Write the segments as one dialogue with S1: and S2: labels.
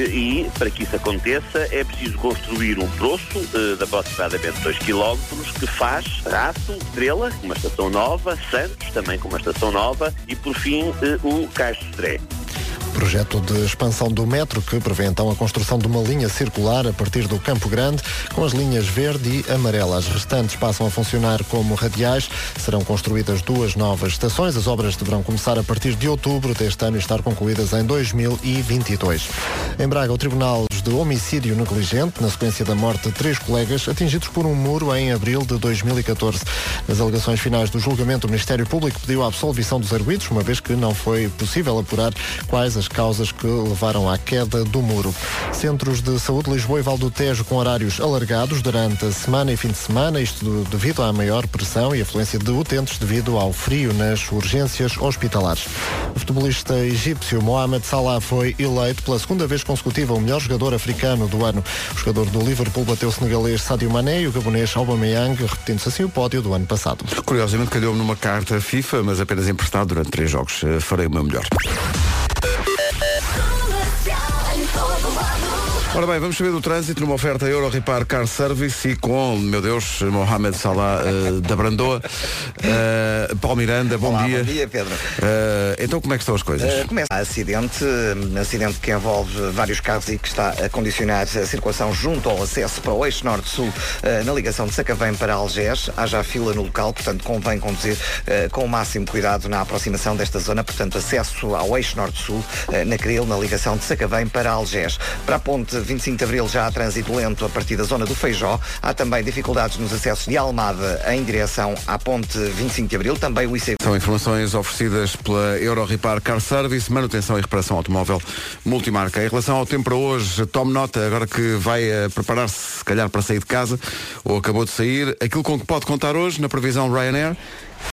S1: E, para que isso aconteça, é preciso construir um troço eh, de aproximadamente 2 km que faz Raço, Estrela, com uma estação nova, Santos, também com uma estação nova, e, por fim, eh, o Cais de Tré.
S2: Projeto de expansão do metro que prevê então a construção de uma linha circular a partir do Campo Grande, com as linhas verde e amarela. As restantes passam a funcionar como radiais. Serão construídas duas novas estações. As obras deverão começar a partir de outubro deste ano e estar concluídas em 2022. Em Braga, o Tribunal de Homicídio Negligente, na sequência da morte de três colegas atingidos por um muro em abril de 2014. Nas alegações finais do julgamento, o Ministério Público pediu a absolvição dos arguidos, uma vez que não foi possível apurar quais as causas que levaram à queda do muro. Centros de saúde Lisboa e Val do Tejo com horários alargados durante a semana e fim de semana, isto devido à maior pressão e afluência de utentes devido ao frio nas urgências hospitalares. O futebolista egípcio Mohamed Salah foi eleito pela segunda vez consecutiva o melhor jogador africano do ano. O jogador do Liverpool bateu o senegalês Sadio Mané e o gabonês Aubameyang, repetindo-se assim o pódio do ano passado.
S3: Curiosamente calhou-me numa carta FIFA, mas apenas emprestado durante três jogos. Eh, Farei o meu melhor. Ora bem, vamos saber do trânsito numa oferta Euro Repar Car Service e com, meu Deus, Mohamed Salah eh, da Brandoa. Eh, Paulo Miranda, bom
S4: Olá,
S3: dia.
S4: bom dia, Pedro.
S3: Eh, então como é que estão as coisas?
S4: Uh, começa a acidente, um acidente que envolve vários carros e que está a condicionar a circulação junto ao acesso para o eixo norte-sul uh, na ligação de Sacavém para Algés. Há já fila no local, portanto convém conduzir uh, com o máximo cuidado na aproximação desta zona, portanto acesso ao eixo norte-sul uh, na Cril, na ligação de Sacavém para Algés. Para a ponte 25 de Abril já há trânsito lento a partir da zona do Feijó. Há também dificuldades nos acessos de Almada em direção à ponte 25 de Abril, também o IC
S3: São informações oferecidas pela Euro Repar Car Service, manutenção e reparação automóvel multimarca. Em relação ao tempo para hoje, tome nota, agora que vai eh, preparar-se, se calhar, para sair de casa, ou acabou de sair, aquilo com que pode contar hoje, na previsão Ryanair,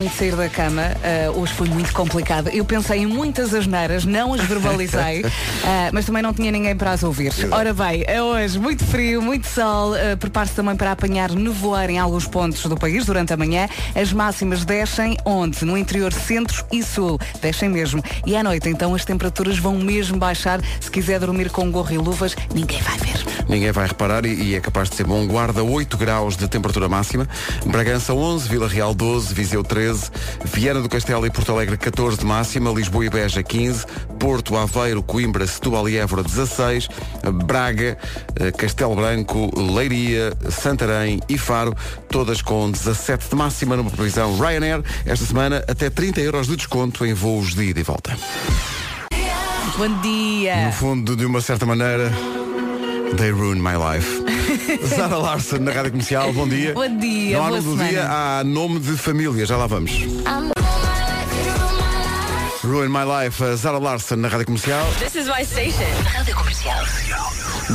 S5: De sair da cama, ah, hoje foi muito complicado. Eu pensei em muitas asneiras, não as verbalizei, ah, mas também não tinha ninguém para as ouvir. Ora bem, é hoje muito frio, muito sol. ah, Prepare-se também para apanhar nevoeiro em alguns pontos do país durante a manhã. As máximas descem onde? No interior centro e sul. Descem mesmo. E à noite, então, as temperaturas vão mesmo baixar. Se quiser dormir com gorro e luvas, ninguém vai ver.
S3: ninguém vai reparar e, e é capaz de ser bom. Guarda 8 graus de temperatura máxima, Bragança 11, Vila Real 12, Viseu 13, Viana do Castelo e Porto Alegre 14 de máxima, Lisboa e Beja 15, Porto, Aveiro, Coimbra, Setúbal e Évora 16, Braga, eh, Castelo Branco, Leiria, Santarém e Faro, todas com 17 de máxima numa previsão Ryanair. Esta semana até 30 euros de desconto em voos de ida e volta.
S5: Bom dia!
S3: No fundo, de uma certa maneira, they ruin my life. Zara Larson na Rádio Comercial, bom dia.
S5: Bom dia,
S3: Não há
S5: boa
S3: nome do
S5: semana.
S3: dia, há nome de família, já lá vamos. Ruin My Life, a Zara Larson na Rádio Comercial.
S6: This is my station. Rádio Comercial.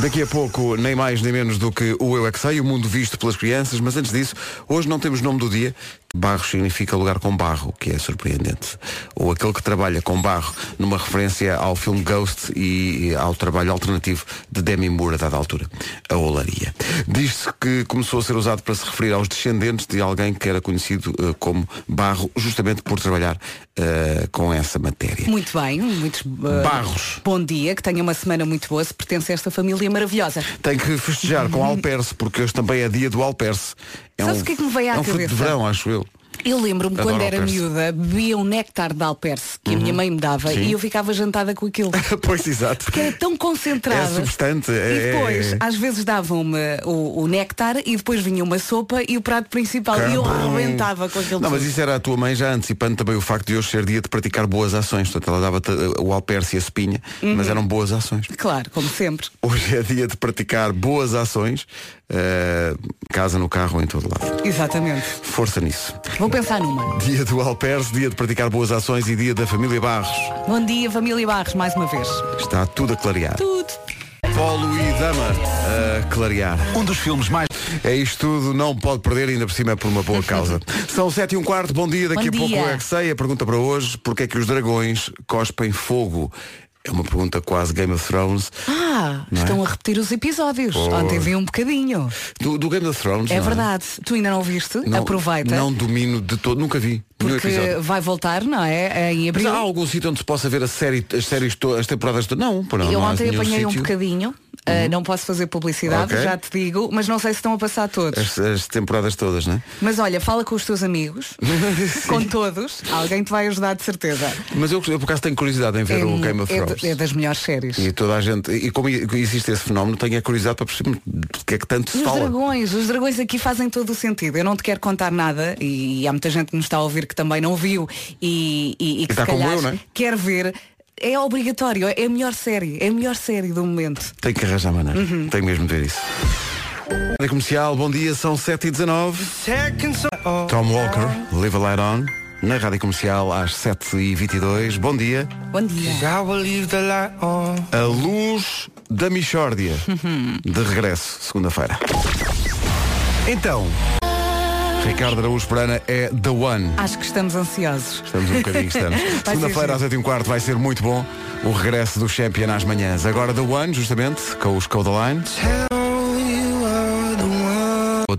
S3: Daqui a pouco, nem mais nem menos do que o Eu É Que Sei, o mundo visto pelas crianças, mas antes disso, hoje não temos nome do dia. Barro significa lugar com barro, que é surpreendente. Ou aquele que trabalha com barro, numa referência ao filme Ghost e ao trabalho alternativo de Demi Moore a dada altura, a olaria. Diz-se que começou a ser usado para se referir aos descendentes de alguém que era conhecido eh, como barro, justamente por trabalhar eh, com essa matéria.
S5: Muito bem, muitos ah,
S3: Barros.
S5: Bom dia, que tenha uma semana muito boa se pertence a esta família maravilhosa.
S3: Tem que festejar com Alperce, porque hoje também é dia do Alperce. É
S5: Sabes o que é que me veio à
S3: é um fruto de
S5: cabeça?
S3: verão, acho eu.
S5: Eu lembro-me
S3: Adoro
S5: quando era
S3: alperce.
S5: miúda, bebia um néctar de alperce que a minha mãe me dava
S3: Sim.
S5: e eu ficava jantada com aquilo.
S3: pois, exato.
S5: Porque é era tão concentrado.
S3: É substante,
S5: E
S3: é-
S5: depois,
S3: é-
S5: às vezes davam-me o, o néctar e depois vinha uma sopa e o prato principal. E eu
S3: Caramba.
S5: arrebentava com aquilo.
S3: Não, mas
S5: tudo.
S3: isso era a tua mãe já antecipando também o facto de hoje ser dia de praticar boas ações. Portanto, ela dava-te eh, o alperce e a espinha,
S5: Uhum.
S3: mas eram boas ações.
S5: Claro, como sempre.
S3: Hoje é dia de praticar boas ações, eh, casa, no carro, em todo lado.
S5: Exatamente.
S3: Força nisso.
S5: Vou pensar numa.
S3: Dia do alperce, dia de praticar boas ações e dia da família Barros.
S5: Bom dia, família Barros, mais uma vez.
S3: Está tudo a clarear.
S5: Tudo.
S3: Polo e Dama a clarear. Um dos filmes mais. É isto tudo, não pode perder, ainda por cima é por uma boa causa. São sete e um quarto, bom dia, daqui
S5: Bom
S3: a pouco
S5: dia.
S3: eu é que sei. A pergunta para hoje, porque é que os dragões cospem fogo? Eh, É uma pergunta quase Game of Thrones.
S5: Ah,
S3: Não é?
S5: estão a repetir os episódios. Ontem vi um bocadinho.
S3: Do, do Game of Thrones.
S5: É
S3: não
S5: verdade. Tu ainda não ouviste?
S3: Não-
S5: Aproveita.
S3: Não domino de todo, nunca vi. nenhum
S5: porque
S3: episódio.
S5: vai voltar, não é? Em
S3: Mas
S5: abril.
S3: há algum sítio onde se possa ver a série, as séries, to- as temporadas todas? Não, pô, não,
S5: eu
S3: não há
S5: ontem
S3: nenhum
S5: apanhei um
S3: sítio. Uhum.
S5: bocadinho. ah, não posso fazer publicidade,
S3: Ok. É.
S5: já te digo, mas não sei se estão a passar todos.
S3: As, as temporadas todas, né?
S5: Mas olha, fala com os teus amigos, com todos, alguém te vai ajudar de certeza.
S3: Mas eu, eu por acaso tenho curiosidade em ver o Game of
S5: é,
S3: Thrones.
S5: é das melhores séries.
S3: E toda a gente, e como i- existe esse fenómeno, tenho a curiosidade para perceber do que é que tanto
S5: E
S3: se
S5: os
S3: fala.
S5: dragões, os dragões aqui fazem todo o sentido. Eu não te quero contar nada e há muita gente que nos está a ouvir que também não viu e, e, e que
S3: está
S5: se
S3: como
S5: calhar
S3: eu, não é?
S5: quer ver. É obrigatório, é a melhor série, é a melhor série do momento.
S3: Tenho que arranjar maneira.
S5: Uhum.
S3: Tenho mesmo de ver isso. Na comercial, bom dia, são 7h19. Tom Walker, Live a Light On, na rádio comercial às 7h22. Bom dia.
S5: Bom dia.
S3: A luz da Michórdia.
S5: Uhum.
S3: De regresso, segunda-feira. Então, Ricardo Araújo Perana é The One.
S5: Acho que estamos ansiosos.
S3: Estamos um bocadinho, estamos.
S5: Vai ser
S3: Segunda-feira às 8 h quarto vai ser muito bom o regresso do Champion às manhãs. Agora The One, justamente, com os Codaline.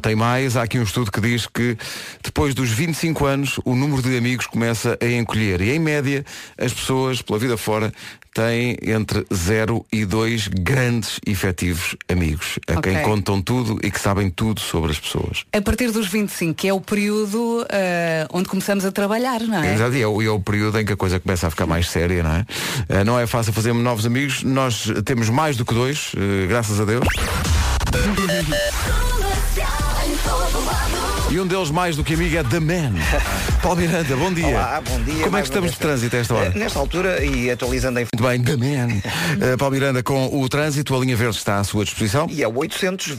S3: Tem mais, há aqui um estudo que diz que depois dos 25 anos o número de amigos começa a encolher e em média as pessoas pela vida fora têm entre 0 e 2 grandes e efetivos amigos, a quem
S5: Ok.
S3: contam tudo e que sabem tudo sobre as pessoas.
S5: A partir dos 25, que é o período ah, onde começamos a trabalhar, não é?
S3: Exato, e é, o, e é o período em que a coisa começa a ficar mais séria, não é? Eh, não é fácil fazer novos amigos, nós temos mais do que dois, eh, graças a Deus. E um deles mais do que amigo é The Man. Paulo Miranda, bom dia.
S4: Olá, bom dia.
S3: Como é
S4: mais
S3: que estamos
S4: uma
S3: de
S4: vez.
S3: trânsito a esta hora?
S4: Eh, Nesta altura, e atualizando em
S3: Muito bem, The Man. Eh, Paulo Miranda com o trânsito, a linha verde está à sua disposição.
S4: e é 800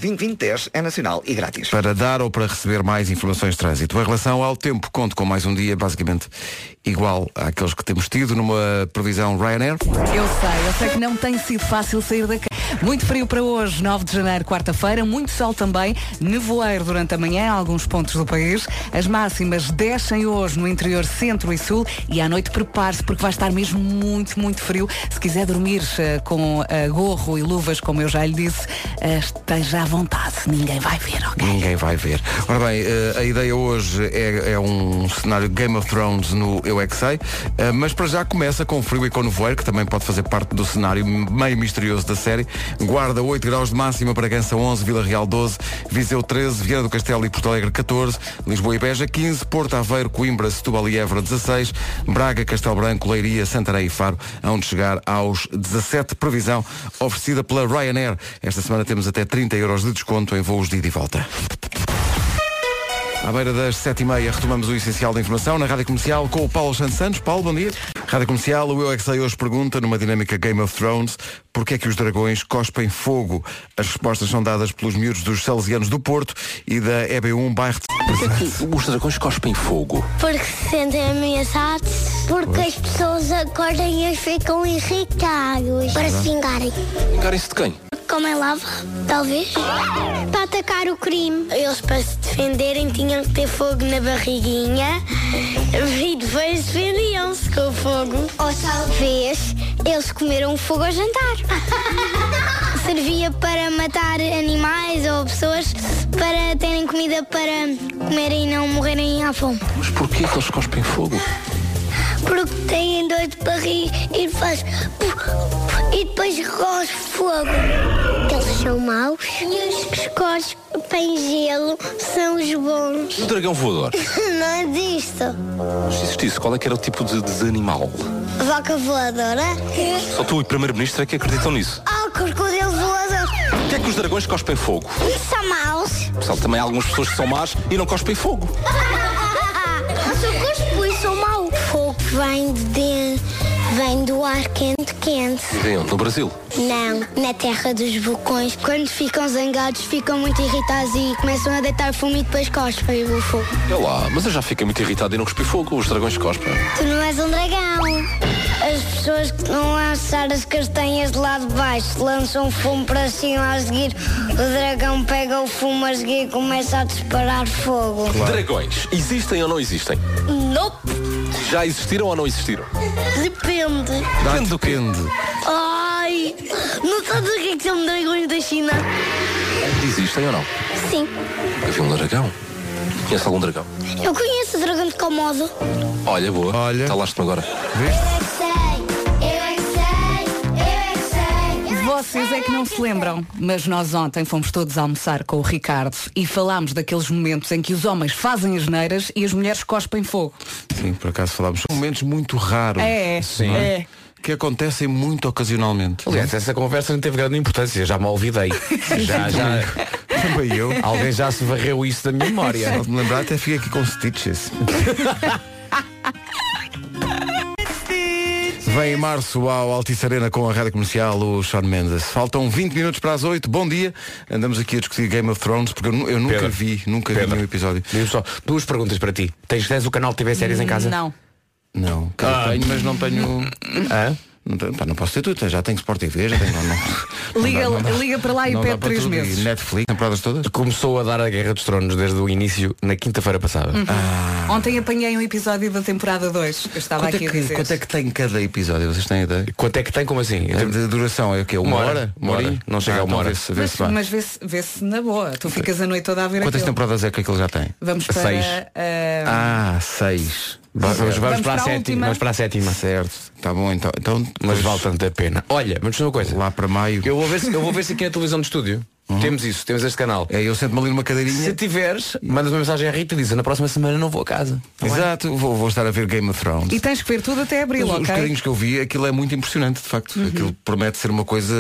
S4: é nacional e grátis.
S3: Para dar ou para receber mais informações de trânsito. Em relação ao tempo, conto com mais um dia basicamente igual àqueles que temos tido numa previsão Ryanair.
S5: Eu sei, eu sei que não tem sido fácil sair da casa. Muito frio para hoje, 9 de janeiro, quarta-feira, muito sol também, nevoeiro durante a manhã em alguns pontos do país. As máximas descem hoje no interior centro e sul e à noite prepare-se porque vai estar mesmo muito, muito frio. Se quiser dormir eh, com eh, gorro e luvas, como eu já lhe disse, eh, esteja à vontade, ninguém vai ver, ok?
S3: Ninguém vai ver. Ora bem, eh, a ideia hoje é, é um cenário Game of Thrones no Eu É Que Sei, eh, mas para já começa com frio e com nevoeiro, que também pode fazer parte do cenário meio misterioso da série. Guarda 8 graus de máxima, Bragança 11, Vila Real 12, Viseu 13, Vieira do Castelo e Porto Alegre 14, Lisboa e Beja 15, Porto Aveiro, Coimbra, Setúbal e Évora 16, Braga, Castelo Branco, Leiria, Santarém e Faro, onde chegar aos 17, previsão oferecida pela Ryanair. Esta semana temos até 30 euros de desconto em voos de ida e volta. À beira das 7h30 retomamos o essencial da informação na Rádio Comercial com o Paulo Santos Santos. Paulo, bom dia. Rádio Comercial, o Eu é Que Sei hoje pergunta, numa dinâmica Game of Thrones, porque é que os dragões cospem fogo? As respostas são dadas pelos miúdos dos Salesianos do Porto e da EB1 bairro de...
S7: Os dragões cospem fogo.
S8: Porque se sentem ameaçados, porque as pessoas acordam e ficam irritados. Para se vingarem.
S7: Encarem-se de quem?
S8: Comem lava, talvez. Para atacar o crime. Eles, para se defenderem, tinham que ter fogo na barriguinha e depois defendiam-se com o fogo. Ou talvez eles comeram fogo ao jantar. Servia para matar animais ou pessoas para terem comida para comerem e não morrerem à fome.
S7: Mas porquê que eles cospem fogo?
S8: Porque têm dois barris e faz pu- pu- e depois rosa fogo. Eles são maus. E os que escorpem gelo são os bons.
S7: E o dragão voador?
S8: Não é existe.
S7: Mas se existisse, qual é que era o tipo de, de animal?
S8: Vaca voadora.
S7: Só tu e o primeiro-ministro é que acreditam nisso.
S8: Ah, o crocodilo voador.
S7: Porquê é que os dragões cospem fogo?
S8: São maus.
S7: Pessoal, também há algumas pessoas que são más e não cospem fogo.
S8: Mas o cuspo e são maus. Fogo vem de vem do ar quente quente.
S7: Vivem onde? No Brasil.
S8: Não, na terra dos vulcões, quando ficam zangados, ficam muito irritados e começam a deitar fumo e depois cospem o fogo.
S7: É lá, mas eu já fiquei muito irritado e não cuspi fogo. Os dragões cospem.
S8: Tu não és um dragão. As pessoas que não lançaram as castanhas de lá de baixo lançam fumo para cima a seguir. O dragão pega o fumo a seguir e começa a disparar fogo.
S7: Dragões, existem ou não existem?
S8: Nope,
S7: Já existiram ou não existiram?
S8: depende.
S3: Depende.
S8: Ai, não sabes o que é que são dragões da China?
S7: Existem ou não?
S8: Sim,
S7: Nunca vi um dragão. Conhece algum dragão?
S8: eu conheço o dragão de Komodo.
S7: Olha, boa.
S3: Olha.
S7: Talaste-me agora.
S8: Eu é que sei, eu é que sei, eu é que sei.
S5: Vocês é que não se lembram, mas nós ontem fomos todos almoçar com o Ricardo e falámos daqueles momentos em que os homens fazem as neiras e as mulheres cospem fogo.
S3: Sim, por acaso falámos. Momentos muito raros.
S5: É,
S9: Sim.
S5: é.
S3: Que acontecem muito ocasionalmente.
S9: Aliás, essa conversa não teve grande importância, já me olvidei. já, já,
S3: Também eu.
S9: alguém já se varreu isso da minha memória.
S3: Ao me lembrar até fiquei aqui com stitches. Vem em março ao Altice Arena com a Rádio Comercial o Sean Mendes. Faltam 20 minutos para as 8. Bom dia. Andamos aqui a discutir Game of Thrones porque eu, nu- eu nunca
S9: Pedro.
S3: vi, nunca vi
S9: Pedro.
S3: nenhum episódio.
S9: Diz-me um só, duas perguntas para ti. Tens, tens o canal TV Séries em casa?
S5: Não.
S3: Não, quer dizer,
S9: Ah.
S3: tenho, mas não tenho. Ah?
S9: Hã?
S3: Não, tenho- pá, não posso ter tudo, já tenho Sport TV, já tenho. Não, não, não
S5: Liga-
S3: dá- não dá-
S5: liga para lá e
S3: não dá
S5: pede
S3: para
S5: três
S3: tudo. E
S5: meses.
S3: Netflix, temporadas todas?
S9: Começou a dar a Guerra dos Tronos desde o início, na quinta-feira passada.
S5: Ontem apanhei um episódio da temporada 2. Eu estava
S3: Quanto é,
S5: aqui a
S3: que,
S5: dizer.
S3: quanto é que tem cada episódio? Vocês têm ideia?
S9: Quanto é que tem, como assim?
S3: A de duração é o quê? Uma,
S9: Uma
S3: hora?
S9: hora?
S3: Uma
S9: Uma hora.
S3: horinha?
S9: Não chega a uma
S3: então
S9: hora.
S3: vê-se-
S5: Mas,
S3: vê-se bem.
S5: mas vê-se vê-se na boa. Tu ficas a noite toda a ver
S3: Quantas
S5: aquilo.
S3: temporadas é que aquilo já tem?
S5: Vamos para.
S9: Seis.
S5: ah,
S3: Ah, seis.
S9: Vamos, vamos para a
S5: Vamos para a
S9: sétima.
S5: última.
S9: Vamos para a sétima.
S3: Certo. Tá bom então. Então,
S9: Mas
S3: depois,
S9: vale tanto a pena. Olha, vamos dizer uma coisa.
S3: lá para maio. Uhum.
S9: Eu vou ver se, eu vou ver se aqui na televisão do estúdio temos isso, temos este canal.
S3: É, eu sento-me ali numa
S9: Se
S3: cadeirinha.
S9: tiveres, mandas uma mensagem à Rita e dizes na próxima semana não vou a casa. Tá
S3: Exato, vou, vou estar a ver Game of Thrones.
S5: e tens que ver tudo até abril,
S3: Mas os
S5: ok? Uhum.
S3: carinhos que eu vi, aquilo é muito impressionante, de facto. Aquilo promete ser uma coisa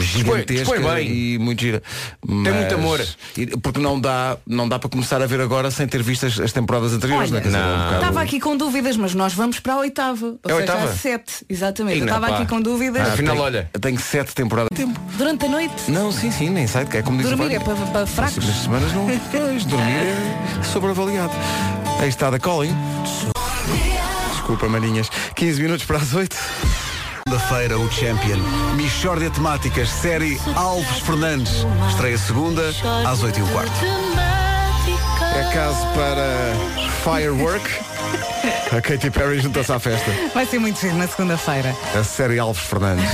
S3: gigantesca
S9: dispõe bem.
S3: e muito gira.
S9: Tem muito amor.
S3: e- Porque não dá, não dá para começar a ver agora sem ter visto as, as temporadas anteriores. né?
S5: Olha,
S3: Quer dizer, é um bocado-
S5: Estava aqui com dúvidas, mas nós vamos para a oitava. Ou
S9: É a
S5: seja,
S9: oitava?
S5: às sete. Exatamente.
S9: Ih,
S5: Eu
S9: não,
S5: estava
S9: pá.
S5: aqui com dúvidas.
S9: Afinal,
S3: Tenho-
S9: olha.
S3: eu Tenho Ah, sete temporadas. Tempo.
S5: Durante a noite,
S3: Não, sim, sim, nem sai de cá. É como diz o
S5: dormir é
S3: Vasco.
S5: para, para fracos.
S3: Nas semanas não. Pois, dormir é sobreavaliado. Aí está da Colin. Desculpa, maninhas. 15 minutos para as 8. Segunda-feira, o Champion. Michórdia Temáticas, série Alves Fernandes. Estreia segunda, às 8 e um quarto. É caso para Firework. A Katy Perry junta-se à festa.
S5: Vai ser muito giro na segunda-feira.
S3: A série Alves Fernandes.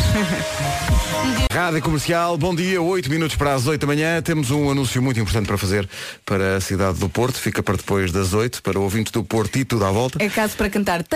S3: Rádio Comercial, bom dia, 8 minutos para as 8 da manhã. Temos um anúncio muito importante para fazer para a cidade do Porto. Fica para depois das 8, para ouvintes do Porto e tudo à volta.
S5: É caso para cantar.
S3: Isso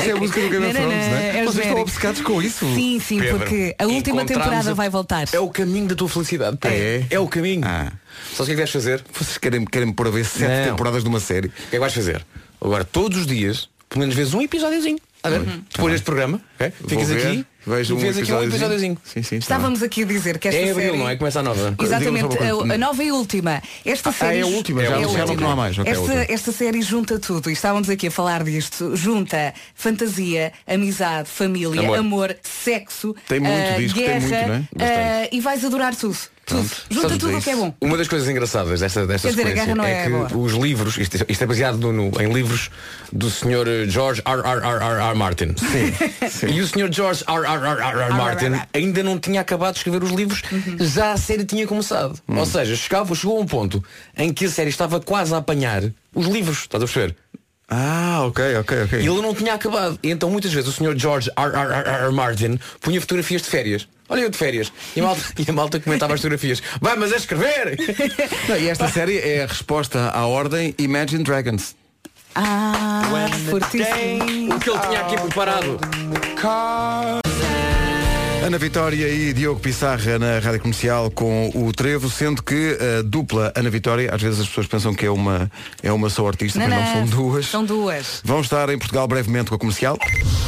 S5: Isso
S3: é a música do Game of Thrones, não é? Vocês estão obcecados com isso?
S5: Sim, sim,
S9: Pedro,
S5: porque a última
S9: encontramos
S5: temporada
S9: a-
S5: vai voltar.
S9: É o caminho da tua felicidade. Pedro.
S3: É?
S9: É o caminho.
S3: Ah.
S9: Só o que é que vais fazer?
S3: Vocês querem, querem pôr a ver 7
S9: Não.
S3: temporadas de uma série?
S9: O que é que vais fazer? Agora, todos os dias, pelo menos vês um episódiozinho. A ver? Depois deste programa, ok?
S3: Vou
S9: ficas
S3: ver,
S9: aqui
S3: vejo
S9: e vês aqui um episódiozinho.
S3: Sim, sim, está bem.
S5: Estávamos aqui a dizer que esta
S9: É em
S5: série...
S9: abril, não é? Começa a nova.
S3: Digam-me
S5: Exatamente,
S3: só uma coisa.
S5: a, a nova e última.
S9: Ah,
S5: Esta série.
S3: é a última,
S9: já
S5: a
S9: disseram
S5: última.
S9: que não há
S3: mais, ok, é a
S5: esta,
S3: última.
S5: esta série junta tudo. E estávamos aqui a falar disto. Junta fantasia, amizade, família,
S9: Amor.
S5: amor, sexo.
S3: Tem muito
S5: ah,
S3: disco, tem
S5: guerra,
S3: muito, não é?
S5: ah, e vais adorar tudo. Tudo. Junta
S9: Sabes
S5: tudo o que é
S9: isso?
S5: bom.
S9: Uma das coisas engraçadas desta, desta
S5: Quer dizer, a
S9: sequência
S5: guerra não
S9: é,
S5: é
S9: que
S5: boa.
S9: os livros, isto, isto é baseado no- no- em livros do Sr. George R. R. R. R. R. Martin. E o Sr. George R. R. R. R. R. Martin ainda não tinha acabado de escrever os livros,
S5: Uhum.
S9: já a série tinha começado.
S7: Hum.
S9: Ou seja, chegava, chegou a um ponto em que a série estava quase a apanhar os livros, estás a perceber?
S3: Ah, ok, ok, ok.
S9: E ele não tinha acabado. E então muitas vezes o Sr. George R. R. R. R. Martin punha fotografias de férias. Olha eu de férias. E a malta, e a malta comentava as fotografias. Vai, mas é escrever!
S3: Não, e esta série é a resposta à ordem Imagine Dragons.
S5: Ah, fortíssimo.
S9: o que ele tinha aqui preparado.
S3: Ana Vitória e Diogo Pissarra na Rádio Comercial com o Trevo, sendo que a dupla Ana Vitória, às vezes as pessoas pensam que é uma, é uma só artista, mas não são duas.
S5: São duas.
S3: Vão estar em Portugal brevemente com a comercial.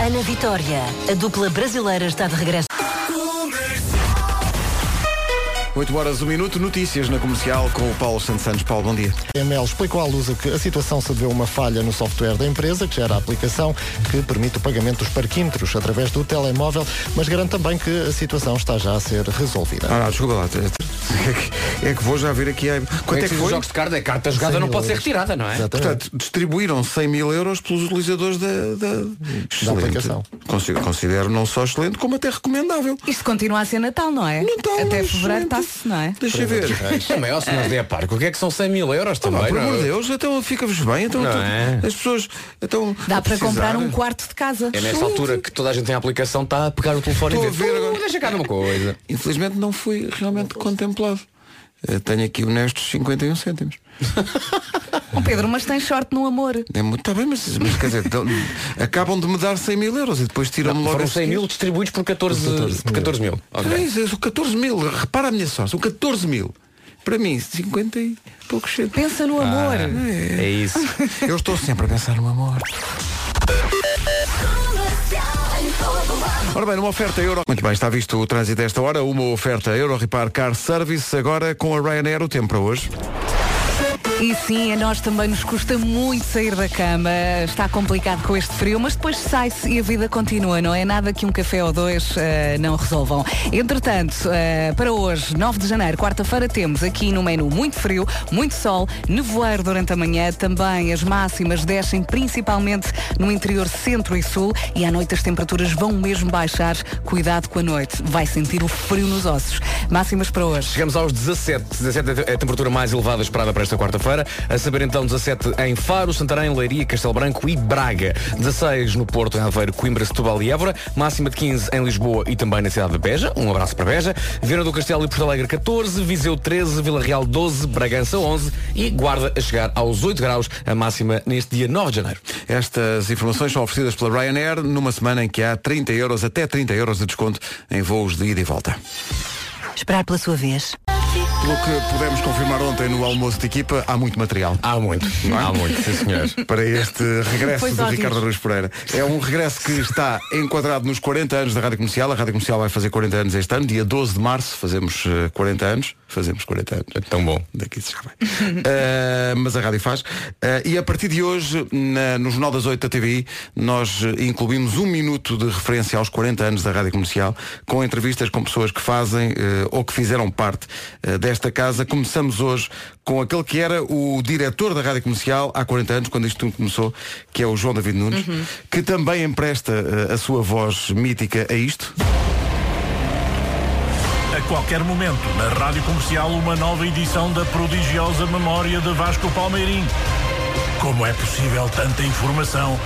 S6: Ana Vitória, a dupla brasileira está de regresso.
S3: 8 horas, 1 minuto, notícias na comercial com o Paulo Santos Santos. Paulo, bom dia.
S2: A ML explicou à Lusa que a situação se deveu a uma falha no software da empresa, que gera a aplicação que permite o pagamento dos parquímetros através do telemóvel, mas garante também que a situação está já a ser resolvida.
S3: Ah, não, desculpa lá. É que, é que vou já vir aqui. a- Quanto é que
S9: os
S3: foi?
S9: jogos de carta, a carta jogada não pode ser retirada, não é?
S2: Exatamente.
S3: Portanto, distribuíram 100 mil euros pelos utilizadores da, da, Excelente.
S2: aplicação.
S3: Consi- Considero não só excelente, como até recomendável.
S5: Isto continua a ser Natal, não é?
S3: Natal,
S5: Até
S3: mas
S5: fevereiro está
S3: excelente.
S5: bolso, não é?
S3: Deixa eu ver.
S9: É maior se nos der parco. O que é que são 100 mil euros
S3: Ah,
S9: também?
S3: por
S9: não? é?
S3: amor de Deus, então fica-vos bem. Então,
S9: Não
S3: tu-
S9: é?
S3: As pessoas. Então,
S5: Dá
S3: a
S5: para comprar
S3: precisar.
S5: um quarto de casa.
S9: É nessa altura que toda a gente tem a aplicação, está a pegar o telefone
S3: Estou
S9: e
S3: a ver
S9: "Uh,
S3: agora."
S9: Deixa cá uma coisa.
S3: Infelizmente não fui realmente contemplado. Eh, Tenho aqui honestos 51 cêntimos.
S5: Oh, Pedro, mas tens sorte no amor.
S3: É muito, tá bem, mas, mas quer dizer, então, acabam de me dar 100 mil euros e depois tiram-me logo.
S9: Foram
S3: a
S9: 100
S3: seguir.
S9: mil distribuídos por 14, por 14 mil. Ok.
S3: É isso, é isso, 14 mil, repara a minha sorte, são 14 mil. Para mim, 50 e poucos cêntimos.
S5: Pensa no amor.
S9: Ah, É isso.
S3: Eu estou sempre a pensar no amor. Ora bem, numa oferta Euro. Muito bem, está visto o trânsito desta hora. Uma oferta Euro Repar Car Service. Agora com a Ryanair, o tempo para hoje.
S5: E sim, a nós também nos custa muito sair da cama. Está complicado com este frio, mas depois sai-se e a vida continua, não é? Nada que um café ou dois eh, não resolvam. Entretanto, eh, para hoje, 9 de janeiro, quarta-feira, temos aqui no menu muito frio, muito sol, nevoeiro durante a manhã. Também as máximas descem principalmente no interior centro e sul. E à noite as temperaturas vão mesmo baixar. Cuidado com a noite, vai sentir o frio nos ossos. Máximas para hoje.
S9: Chegamos aos 17. 17 é a temperatura mais elevada esperada para esta quarta-feira. A saber então 17 em Faro, Santarém, Leiria, Castelo Branco e Braga. 16 no Porto, em Aveiro, Coimbra, Setúbal e Évora. Máxima de 15 em Lisboa e também na cidade de Beja. Um abraço para Beja. Viana do Castelo e Porto Alegre 14, Viseu 13, Vila Real 12, Bragança 11 e Guarda a chegar aos 8 graus a máxima neste dia 9 de janeiro.
S3: Estas informações são oferecidas pela Ryanair numa semana em que há 30 euros, até 30 euros de desconto em voos de ida e volta.
S6: Esperar pela sua vez.
S3: Pelo que pudemos confirmar ontem no almoço de equipa, há muito material.
S9: Há muito.
S10: é?
S9: Há muito, sim senhor.
S3: para este regresso
S5: Foi
S3: do
S5: ótimo.
S3: Ricardo Aruz Pereira. É um regresso que está enquadrado nos 40 anos da Rádio Comercial. A Rádio Comercial vai fazer 40 anos este ano, dia 12 de março, fazemos eh, 40 anos. Fazemos 40 anos.
S9: Tão bom.
S3: Daqui se já vai. Eh, mas a rádio faz. Eh, e a partir de hoje, na- no Jornal das 8 da TVI, nós eh, incluímos um minuto de referência aos 40 anos da rádio comercial, com entrevistas com pessoas que fazem eh, ou que fizeram parte eh, desta casa. Começamos hoje com aquele que era o diretor da rádio comercial há 40 anos, quando isto tudo começou, que é o João David Nunes, que também empresta eh, a sua voz mítica a isto.
S11: A qualquer momento, na Rádio Comercial, uma nova edição da prodigiosa memória de Vasco Palmeirim. Como é possível tanta informação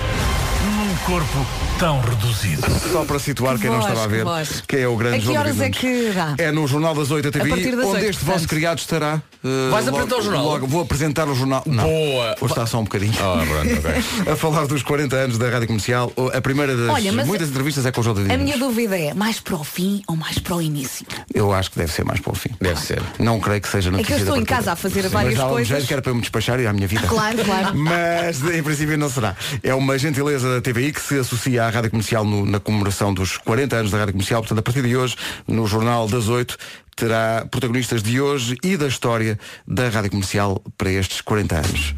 S11: num corpo tão reduzido?
S3: Só para situar
S5: Que
S3: quem
S5: voz,
S3: não estava a
S5: que
S3: ver,
S5: voz.
S3: que é o grande
S5: A que
S3: João
S5: horas
S3: David
S5: é
S3: Nunes.
S5: que dá?
S3: É no Jornal das 8 da TV,
S5: partir das
S3: onde
S5: oito,
S3: este vosso
S5: portanto.
S3: criado estará. eh,
S9: Vais apresentar o jornal?
S3: Logo, vou apresentar o jornal. Não,
S9: Boa.
S3: Vou estar só um bocadinho.
S9: Ah, pronto, ok.
S3: A falar dos 40 anos da Rádio Comercial, o- a primeira das
S5: Olha, mas
S3: muitas
S5: a-
S3: entrevistas é com o João David
S5: A
S3: Nunes.
S5: minha dúvida é mais para o fim ou mais para o início?
S3: Eu acho que deve ser mais para o fim.
S9: Deve ser.
S3: Não creio que seja
S5: É
S3: notícia
S5: que eu estou
S3: da
S5: em
S3: partida.
S5: casa a fazer
S3: Sim,
S5: várias
S3: mas há um
S5: coisas. Ah,
S3: jeito que era para eu me despachar e à minha vida.
S5: Claro, claro.
S3: Mas em princípio não será. É uma gentileza da TVI que se associa à Rádio Comercial no- na comemoração dos 40 anos da Rádio Comercial. Portanto, a partir de hoje, no Jornal das 8, terá protagonistas de hoje e da história da Rádio Comercial para estes 40 anos.